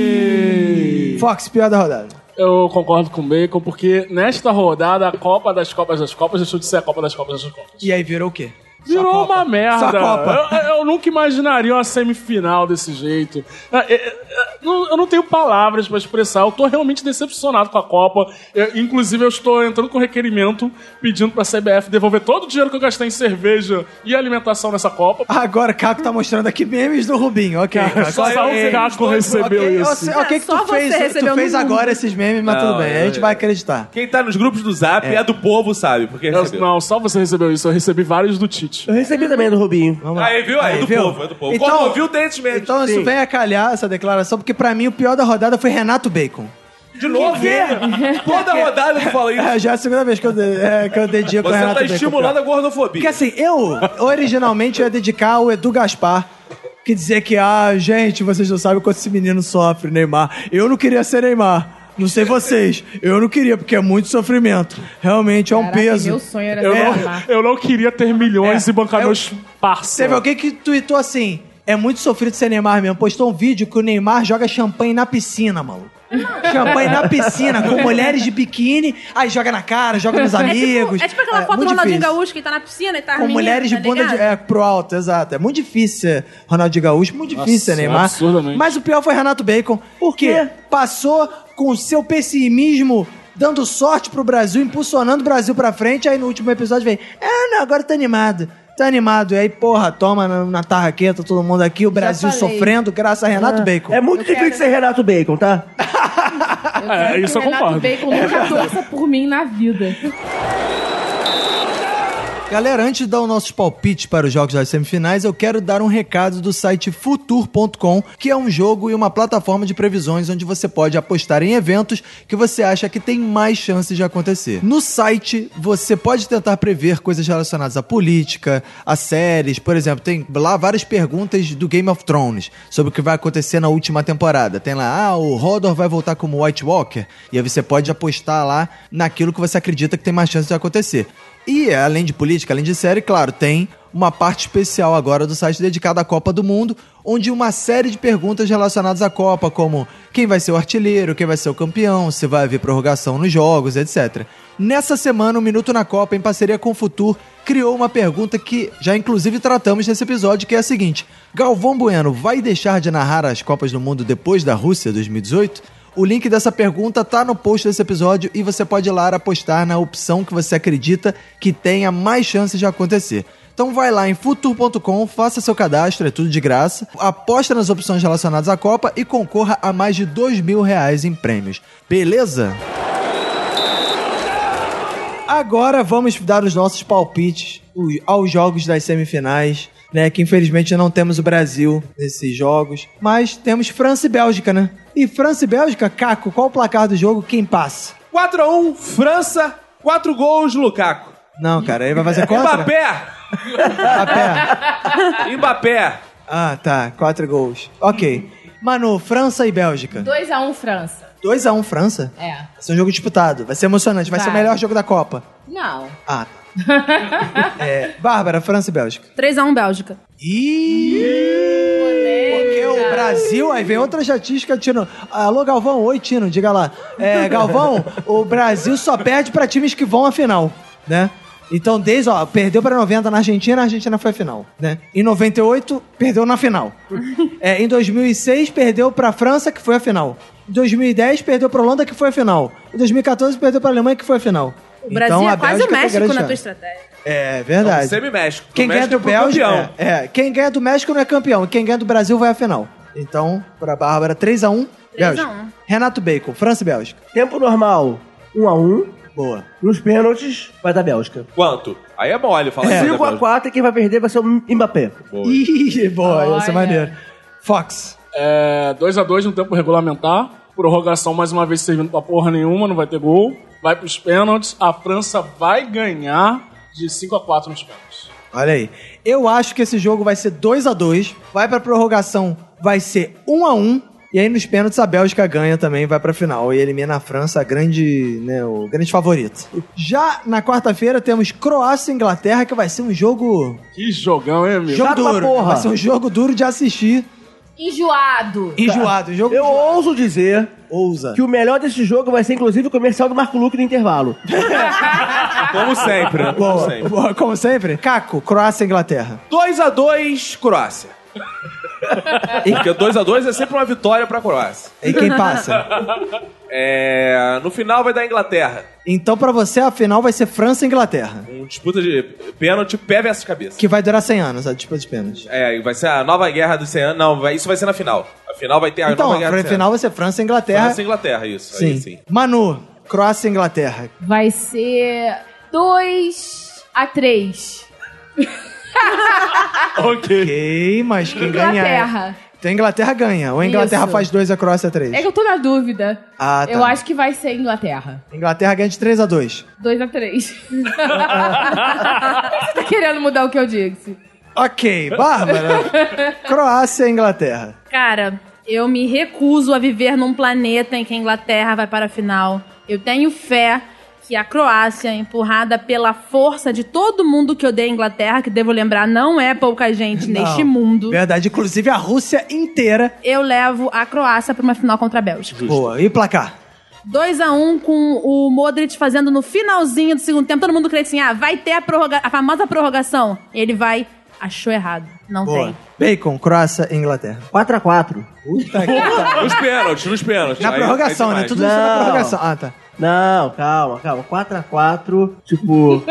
A: E... Fox, pior da rodada.
E: Eu concordo com o Bacon, porque nesta rodada, a Copa das Copas das Copas deixou de ser a Copa das Copas das Copas.
A: E aí virou o quê?
E: Virou
A: Só a Copa.
E: uma merda.
A: Só a Copa.
E: Eu, eu nunca imaginaria uma semifinal desse jeito. É, é, é, não- Eu não tenho palavras pra expressar. Eu tô realmente decepcionado com a Copa. É, Inclusive, eu estou entrando com requerimento pedindo pra CBF devolver todo o dinheiro que eu gastei em cerveja e alimentação nessa Copa.
A: Agora o Caco tá mostrando aqui memes do Rubinho, ok. Caco.
E: Só o Caco recebeu
A: Ok,
E: isso.
A: ok, ok que
D: É Só
A: tu
D: você
A: fez,
D: recebeu
A: tu fez
D: no mundo.
A: agora esses memes, mas tudo
E: é.
A: bem, a gente vai acreditar.
B: Quem tá nos grupos do Zap é, do povo, sabe? Porque
E: Eu-
B: recebeu.
E: não, só você recebeu isso. Eu recebi vários do Tite.
C: Eu recebi também do Rubinho.
A: Vamos lá.
B: Aí, viu? É
A: Aí,
B: do
A: viu?
B: povo, é do povo.
A: Então-
B: Quando ouviu, tem esses memes.
A: Então isso vem a calhar, essa declaração, porque pra mim o pior da rodada foi Renato Bacon.
B: De novo, toda rodada tu fala isso.
A: É, já é a segunda vez que eu, de, é, que eu dedico a
B: Você
A: Renato
B: tá
A: Bacon.
B: estimulando a
A: Porque
B: gordofobia.
A: assim, eu originalmente ia dedicar ao Edu Gaspar. Que dizer que, ah, gente, vocês não sabem quanto esse menino sofre, Neymar. Eu não queria ser Neymar. Não sei vocês. Eu não queria, porque é muito sofrimento. Realmente é um
G: Caraca,
A: peso.
G: meu sonho era
E: Eu,
G: ser
E: não,
G: Neymar.
E: eu não queria ter milhões
A: É,
E: e bancar
A: eu-
E: meus
A: Teve
E: parceiros.
A: alguém que tweetou assim: é muito sofrido ser Neymar mesmo. Postou um vídeo que o Neymar joga champanhe na piscina, maluco. champanhe na piscina, com mulheres de biquíni, aí joga na cara, joga nos
D: É
A: amigos.
D: tipo, é tipo aquela foto do
A: muito
D: Ronaldinho
A: difícil.
D: Gaúcho que tá na piscina e tá
A: Com mulheres de bunda de, é, pro alto, exato. É muito difícil ser Ronaldinho Gaúcho, muito difícil ser Neymar.
E: absurdamente.
A: Mas o pior foi Renato Bacon. Por quê? Passou com o seu pessimismo dando sorte pro Brasil, impulsionando o Brasil pra frente, aí no último episódio vem, ah, não, agora tá animado. Tá animado. E aí, porra, toma na, na tarraqueta todo mundo aqui, o Brasil
G: falei.
A: sofrendo graças a Renato Bacon.
C: É muito
G: Eu
C: difícil
G: quero-
C: ser Renato Bacon, tá?
G: Eu
E: É,
G: quero que
E: isso
G: o
E: eu
G: Renato
E: concordo.
G: Bacon nunca torça por mim na vida.
A: Galera, antes de dar os nossos palpites para os jogos das semifinais, eu quero dar um recado do site Futur.com, que é um jogo e uma plataforma de previsões onde você pode apostar em eventos que você acha que tem mais chances de acontecer. No site, você pode tentar prever coisas relacionadas à política, a séries, por exemplo, tem lá várias perguntas do Game of Thrones sobre o que vai acontecer na última temporada. Tem lá, ah, o Hodor vai voltar como White Walker, e aí você pode apostar lá naquilo que você acredita que tem mais chances de acontecer. E, além de política, além de série, claro, tem uma parte especial agora do site dedicada à Copa do Mundo, onde uma série de perguntas relacionadas à Copa, como quem vai ser o artilheiro, quem vai ser o campeão, se vai haver prorrogação nos jogos, etc. Nessa semana, o Minuto na Copa, em parceria com o Futur, criou uma pergunta que já inclusive tratamos nesse episódio, que é a seguinte: Galvão Bueno vai deixar de narrar as Copas do Mundo depois da Rússia 2018? O link dessa pergunta tá no post desse episódio e você pode ir lá apostar na opção que você acredita que tenha mais chances de acontecer. Então vai lá em futur.com, faça seu cadastro, é tudo de graça, aposta nas opções relacionadas à Copa e concorra a mais de dois mil reais em prêmios. Beleza? Agora vamos dar os nossos palpites os- aos jogos das semifinais, né? Que infelizmente não temos o Brasil nesses jogos, mas temos França e Bélgica, né? E França e Bélgica, Caco, qual o placar do jogo? Quem passa?
B: 4x1, França, 4 gols, Lukaku.
A: Não, cara, ele vai fazer contra?
B: Mbappé,
A: Mbappé.
B: Mbappé.
A: Ah, tá, quatro gols. Ok. Manu, França e Bélgica.
G: 2x1 França.
A: 2 a 1 um, França?
G: É.
A: Vai ser um jogo disputado, vai ser emocionante, vai, ser o
G: Vai.
A: melhor jogo da Copa.
G: Não.
A: Ah. é, Bárbara, França e Bélgica.
D: 3x1 Bélgica.
A: Ih! Porque o Brasil, aí vem outra estatística, Tino. Alô, Galvão, oi, Tino, diga lá. É, Galvão, o Brasil só perde pra times que vão à final, né? Então, desde, ó, perdeu pra 90 na Argentina, a Argentina foi à final, né? Em 98, perdeu na final. É, em 2006, perdeu pra França, que foi à final. Em 2010, perdeu pra Holanda, que foi à final. Em 2014, perdeu pra Alemanha, que foi à final.
D: O Brasil
A: então, a
D: é quase o
A: Bélgica tem
D: México
A: grande
D: na tua
A: chance.
D: estratégia.
A: É,
B: Não,
A: verdade.
B: Semi-México.
A: Quem ganha
B: México
A: do
B: pro
A: Bélgica.
B: campeão.
A: É, é, quem ganha do México não é campeão. E quem ganha do Brasil vai à final. Então, pra Bárbara, 3x1.
D: 3 a 1.
A: Bélgica. Renato Bacon, França e Bélgica.
C: Tempo normal, 1 a 1
A: Boa.
C: Nos pênaltis, vai dar Bélgica.
B: Quanto? Aí é mole falar assim.
C: 5
B: né,
C: a
B: Bélgica?
C: 4 e quem vai perder vai ser o Mbappé.
B: Boa.
A: Ih, boa, ia ser
G: Olha.
A: maneiro. Fox.
E: É, 2x2 no tempo regulamentar. Prorrogação mais uma vez servindo pra porra nenhuma, não vai ter gol. Vai pros pênaltis. A França vai ganhar de 5x4 nos pênaltis.
A: Olha aí. Eu acho que esse jogo vai ser 2x2. Vai pra prorrogação, vai ser 1x1. E aí, nos pênaltis, a Bélgica ganha também, vai pra final. E elimina a França, a grande, né, o grande favorito. Já na quarta-feira, temos Croácia e Inglaterra, que vai ser um jogo
E: Que jogão, hein, amigo?
A: Jogo
C: Chato pra
A: duro.
C: porra.
A: Vai ser um jogo duro de assistir.
G: Enjoado.
A: Enjoado. Jogo
C: Eu ouso dizer
A: Ousa.
C: que o melhor desse jogo vai ser, inclusive, o comercial do Marco Luque no intervalo.
B: Como sempre, né? Como
A: Boa,
B: sempre.
A: boa, como sempre. Caco, Croácia e Inglaterra.
B: 2x2, Croácia. Porque 2x2 é sempre uma vitória pra Croácia.
A: E quem passa?
B: É, no final vai dar Inglaterra.
A: Então, pra você, a final vai ser França e Inglaterra.
B: Um disputa de pênalti, pé versus cabeça.
A: Que vai durar 100 anos, a disputa de pênalti.
B: É, vai ser a nova guerra dos 100 anos. Não, vai- isso vai ser na final. A final vai ter a
A: Então,
B: nova guerra
A: a
B: dos 100
A: final vai ser França e Inglaterra.
B: França e Inglaterra, isso. Aí,
A: sim.
B: sim.
A: Manu, Croácia e Inglaterra.
G: Vai ser 2 a 3.
E: Ok.
A: Ok, mas quem ganha. é?
G: Inglaterra.
A: Então a Inglaterra ganha. Ou a Inglaterra
G: Isso.
A: faz 2 e a Croácia 3.
G: É que eu tô na dúvida.
A: Ah, tá.
G: Eu acho que vai ser Inglaterra.
A: Inglaterra ganha de 3 a 2.
G: 2 a 3. Você tá querendo mudar o que eu disse?
A: Ok, Bárbara. Croácia e Inglaterra.
D: Cara, eu me recuso a viver num planeta em que a Inglaterra vai para a final. Eu tenho fé que a Croácia, empurrada pela força de todo mundo que odeia a Inglaterra, que devo lembrar, não é pouca gente neste mundo.
A: Verdade, inclusive a Rússia inteira.
D: Eu levo a Croácia para uma final contra a Bélgica.
A: Boa. E placar?
D: 2 a 1 com o Modric fazendo no finalzinho do segundo tempo. Todo mundo crê assim: ah, vai ter a, prorroga- a famosa prorrogação. Ele vai, achou errado. Não
A: Boa.
D: tem.
A: Bacon, Croácia e Inglaterra.
C: 4x4.
A: Puta que
B: Nos pênaltis, nos pênaltis.
A: Na
B: Aí-
A: prorrogação,
B: aí
A: né?
B: demais.
A: Tudo isso na
C: Não.
A: prorrogação. Ah, tá.
C: Não, calma, calma. 4x4, tipo,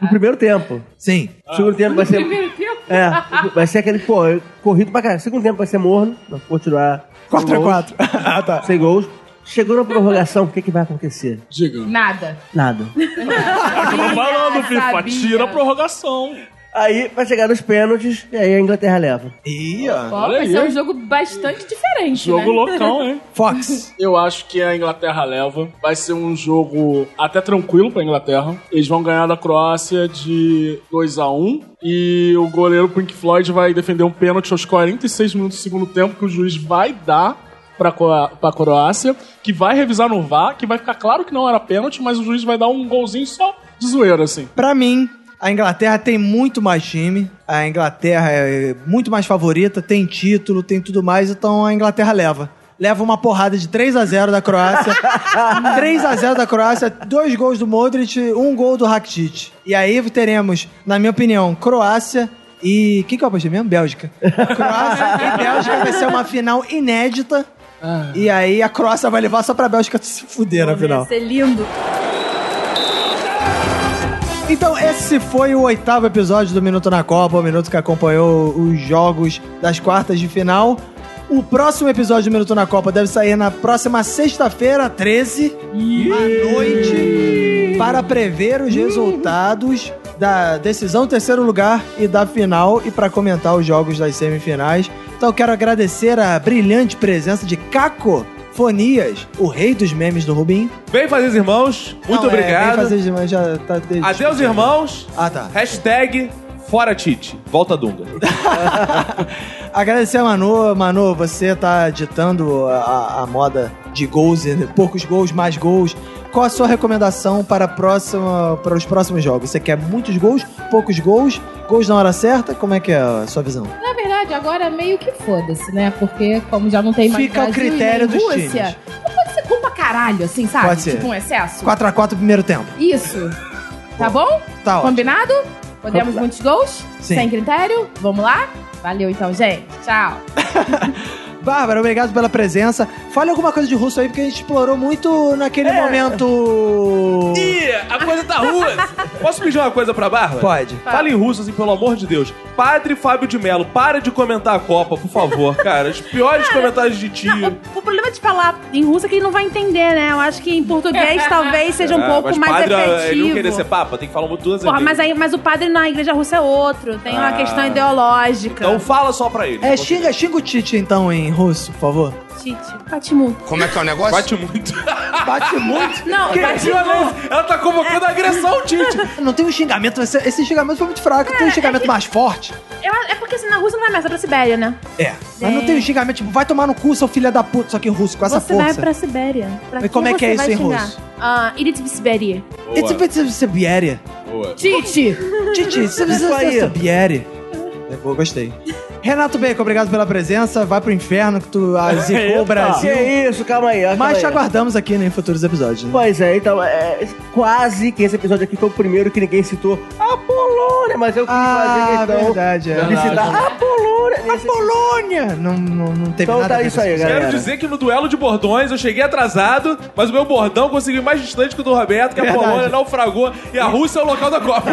C: no primeiro tempo.
A: Sim.
C: O Ah. Segundo tempo vai ser.
G: Primeiro tempo.
C: É, vai ser aquele, pô, corrido pra caralho. Segundo tempo vai ser morno, vai continuar.
A: 4x4. ah, tá.
C: Sem gols. Chegou na prorrogação, o que, que vai acontecer?
E: Diga.
G: Nada.
C: Nada.
E: Tô falando, FIFA.
G: sabia.
E: Tira a prorrogação.
C: Aí vai chegar nos pênaltis e aí a Inglaterra leva.
A: Ih, ó.
G: Ó,
E: Olha
D: é
G: vai ser
E: aí.
G: um jogo bastante diferente,
D: um
E: Jogo
G: né?
E: loucão, hein?
A: Fox.
E: Eu acho que a Inglaterra leva. Vai ser um jogo até tranquilo pra Inglaterra. Eles vão ganhar da Croácia de 2 a 1 E o goleiro Pink Floyd vai defender um pênalti aos 46 minutos do segundo tempo que o juiz vai dar pra, Cro- pra Croácia, que vai revisar no VAR, que vai ficar claro que não era pênalti, mas o juiz vai dar um golzinho só de zoeira, assim.
A: Pra mim, a Inglaterra tem muito mais time. A Inglaterra é muito mais favorita, tem título, tem tudo mais. Então a Inglaterra leva. Leva uma porrada de 3 a 0 da Croácia. 3 a 0 da Croácia, dois gols do Modric, um gol do Rakitic. E aí teremos, na minha opinião, Croácia e... Quem que eu apostei mesmo? Bélgica. Croácia e Bélgica vai ser uma final inédita. E aí a Croácia vai levar só pra Bélgica se fuder na final.
D: Vai ser lindo.
A: Então, esse foi o oitavo episódio do Minuto na Copa, o minuto que acompanhou os jogos das quartas de final. O próximo episódio do Minuto na Copa deve sair na próxima sexta-feira, 13, à noite, para prever os resultados da decisão terceiro lugar e da final e para comentar os jogos das semifinais. Então, eu quero agradecer a brilhante presença de Caco Fonias, o rei dos memes do Rubim.
B: Vem fazer os irmãos. Muito
A: Não, é,
B: obrigado.
A: bem fazer demais, já tá
B: Adeus, irmãos.
A: Ah, tá.
B: Hashtag fora Tite. Volta Dunga.
A: Agradecer a Manu. Manu, você tá ditando a, a moda de gols, e poucos gols, mais gols. Qual a sua recomendação para, a próxima, para os próximos jogos? Você quer muitos gols, poucos gols, gols na hora certa? Como é que é a sua visão?
G: Na verdade, agora meio que foda-se, né? Porque como já não tem mais
A: Fica ao
G: Brasil e
A: critério
G: nem
A: dos
G: Rússia, pode ser culpa caralho, assim, sabe?
A: Pode ser.
G: Tipo um excesso.
A: 4x4 primeiro tempo.
G: Isso. Tá bom?
A: Tá ótimo.
G: Combinado? Podemos muitos gols?
A: Sim.
G: Sem critério? Vamos lá? Valeu então, gente. Tchau.
A: Bárbara, obrigado pela presença. Fale alguma coisa de russo aí, porque a gente explorou muito naquele momento.
B: Ih, a coisa tá russa. Posso pedir uma coisa pra Bárbara?
A: Pode.
B: Fala em russo, assim, pelo amor de Deus. Padre Fábio de Mello, para de comentar a Copa, por favor, cara. Os piores comentários de tio.
D: Não, Ah, o, o problema de falar em russo é que ele não vai entender, né? Eu acho que em português talvez seja um
B: Ah,
D: pouco
B: mas
D: mais
B: padre, Ele não queria
D: efetivo.
B: ser papa, tem que falar muito duas
D: Porra,
B: vezes.
D: mas, aí, mas o padre na igreja russa é outro. Tem uma
B: Ah.
D: questão ideológica.
B: Então fala só pra ele.
A: É, xinga, xinga o Tite então em russo, por favor.
D: Tite, Patimu.
B: Bate muito.
A: Bate muito.
D: Não,
E: é
D: Patimu.
B: Ela tá convocando agressão, Tite.
D: É
A: Não tem um xingamento, esse, esse xingamento foi muito fraco, tem um xingamento mais forte.
D: Eu- É porque assim, na Rússia não vai mais, vai pra Sibéria, né?
A: É. Mas não tem um xingamento, tipo, vai tomar no cu, seu filho da puta, só que em russo, com essa
D: você vai
A: força.
D: pra Sibéria. Pra
A: E como é
D: quem
A: que é
D: você
A: isso
D: vai
A: em
D: xingar?
A: russo?
D: Ah, Irit Sibéria.
A: It's a bit of Sibéria.
B: boa.
G: Tite!
A: é Titi, it's a bit
C: Isso
A: of
C: aí.
A: Sibéria. É, pô, gostei. Renato Bacon, obrigado pela presença. Vai pro inferno que tu ah, zicou o
C: Que
A: Brasil.
C: é isso, calma aí. ó, calma
A: Mas
C: aí.
A: te aguardamos aqui né, em futuros episódios. Né?
C: Pois é, então, é, quase que esse episódio aqui foi o primeiro que ninguém citou a Polônia, mas eu quis
A: Ah,
C: fazer questão
A: verdade. É.
C: de citar a Polônia.
A: A
C: nesse-
A: Polônia! Não, não, não teve
C: Então
A: nada a
C: tá
A: ver
C: isso
A: com
C: aí,
B: Quero
C: galera.
B: dizer que no duelo de bordões eu cheguei atrasado, mas o meu bordão conseguiu ir mais distante que o do Roberto, que a
A: Verdade.
B: Polônia naufragou e a Rússia é o local da Copa.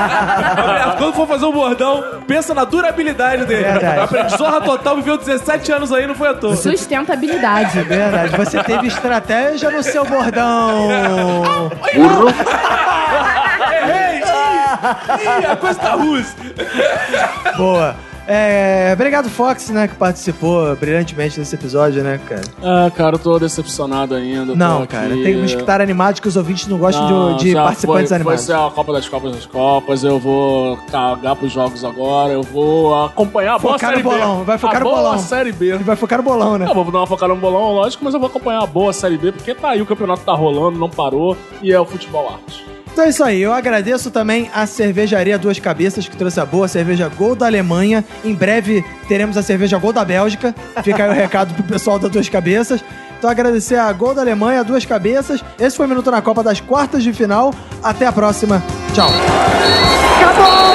B: Roberto, quando for fazer um bordão, pensa na durabilidade dele.
A: Verdade.
B: A Aprendizorra total viveu 17 anos aí, não foi à toa.
G: Sustentabilidade.
A: Verdade, você teve estratégia no seu bordão.
B: Errei! Ih, ih, a coisa tá russa.
A: Boa. É, obrigado, Fox, né, que participou brilhantemente desse episódio, né, cara?
E: Ah, cara, eu tô decepcionado ainda. tô
A: Não,
E: aqui. é,
A: cara, tem uns que estar animados que os ouvintes não gostam de-
E: Não,
A: de,
E: já
A: participantes
E: foi,
A: animados.
E: Foi ser a Copa das Copas das Copas, eu vou cagar pros jogos agora, eu vou acompanhar a boa
A: Focar
E: Série
A: no
E: B.
A: bolão, vai focar
E: a
A: no
E: boa
A: bolão.
E: Série B.
A: Ele vai focar no bolão, né?
E: Eu vou dar uma focada no bolão, lógico, mas eu vou acompanhar a boa Série B, porque tá aí, o campeonato tá rolando, não parou, e é o futebol arte.
A: Então é isso aí. Eu agradeço também a cervejaria Duas Cabeças, que trouxe a boa cerveja Gol da Alemanha. Em breve teremos a cerveja Gol da Bélgica. Fica aí o recado pro pessoal da Duas Cabeças. Então agradecer a Gol da Alemanha, Duas Cabeças. Esse foi o Minuto na Copa das quartas de final. Até a próxima. Tchau. Acabou!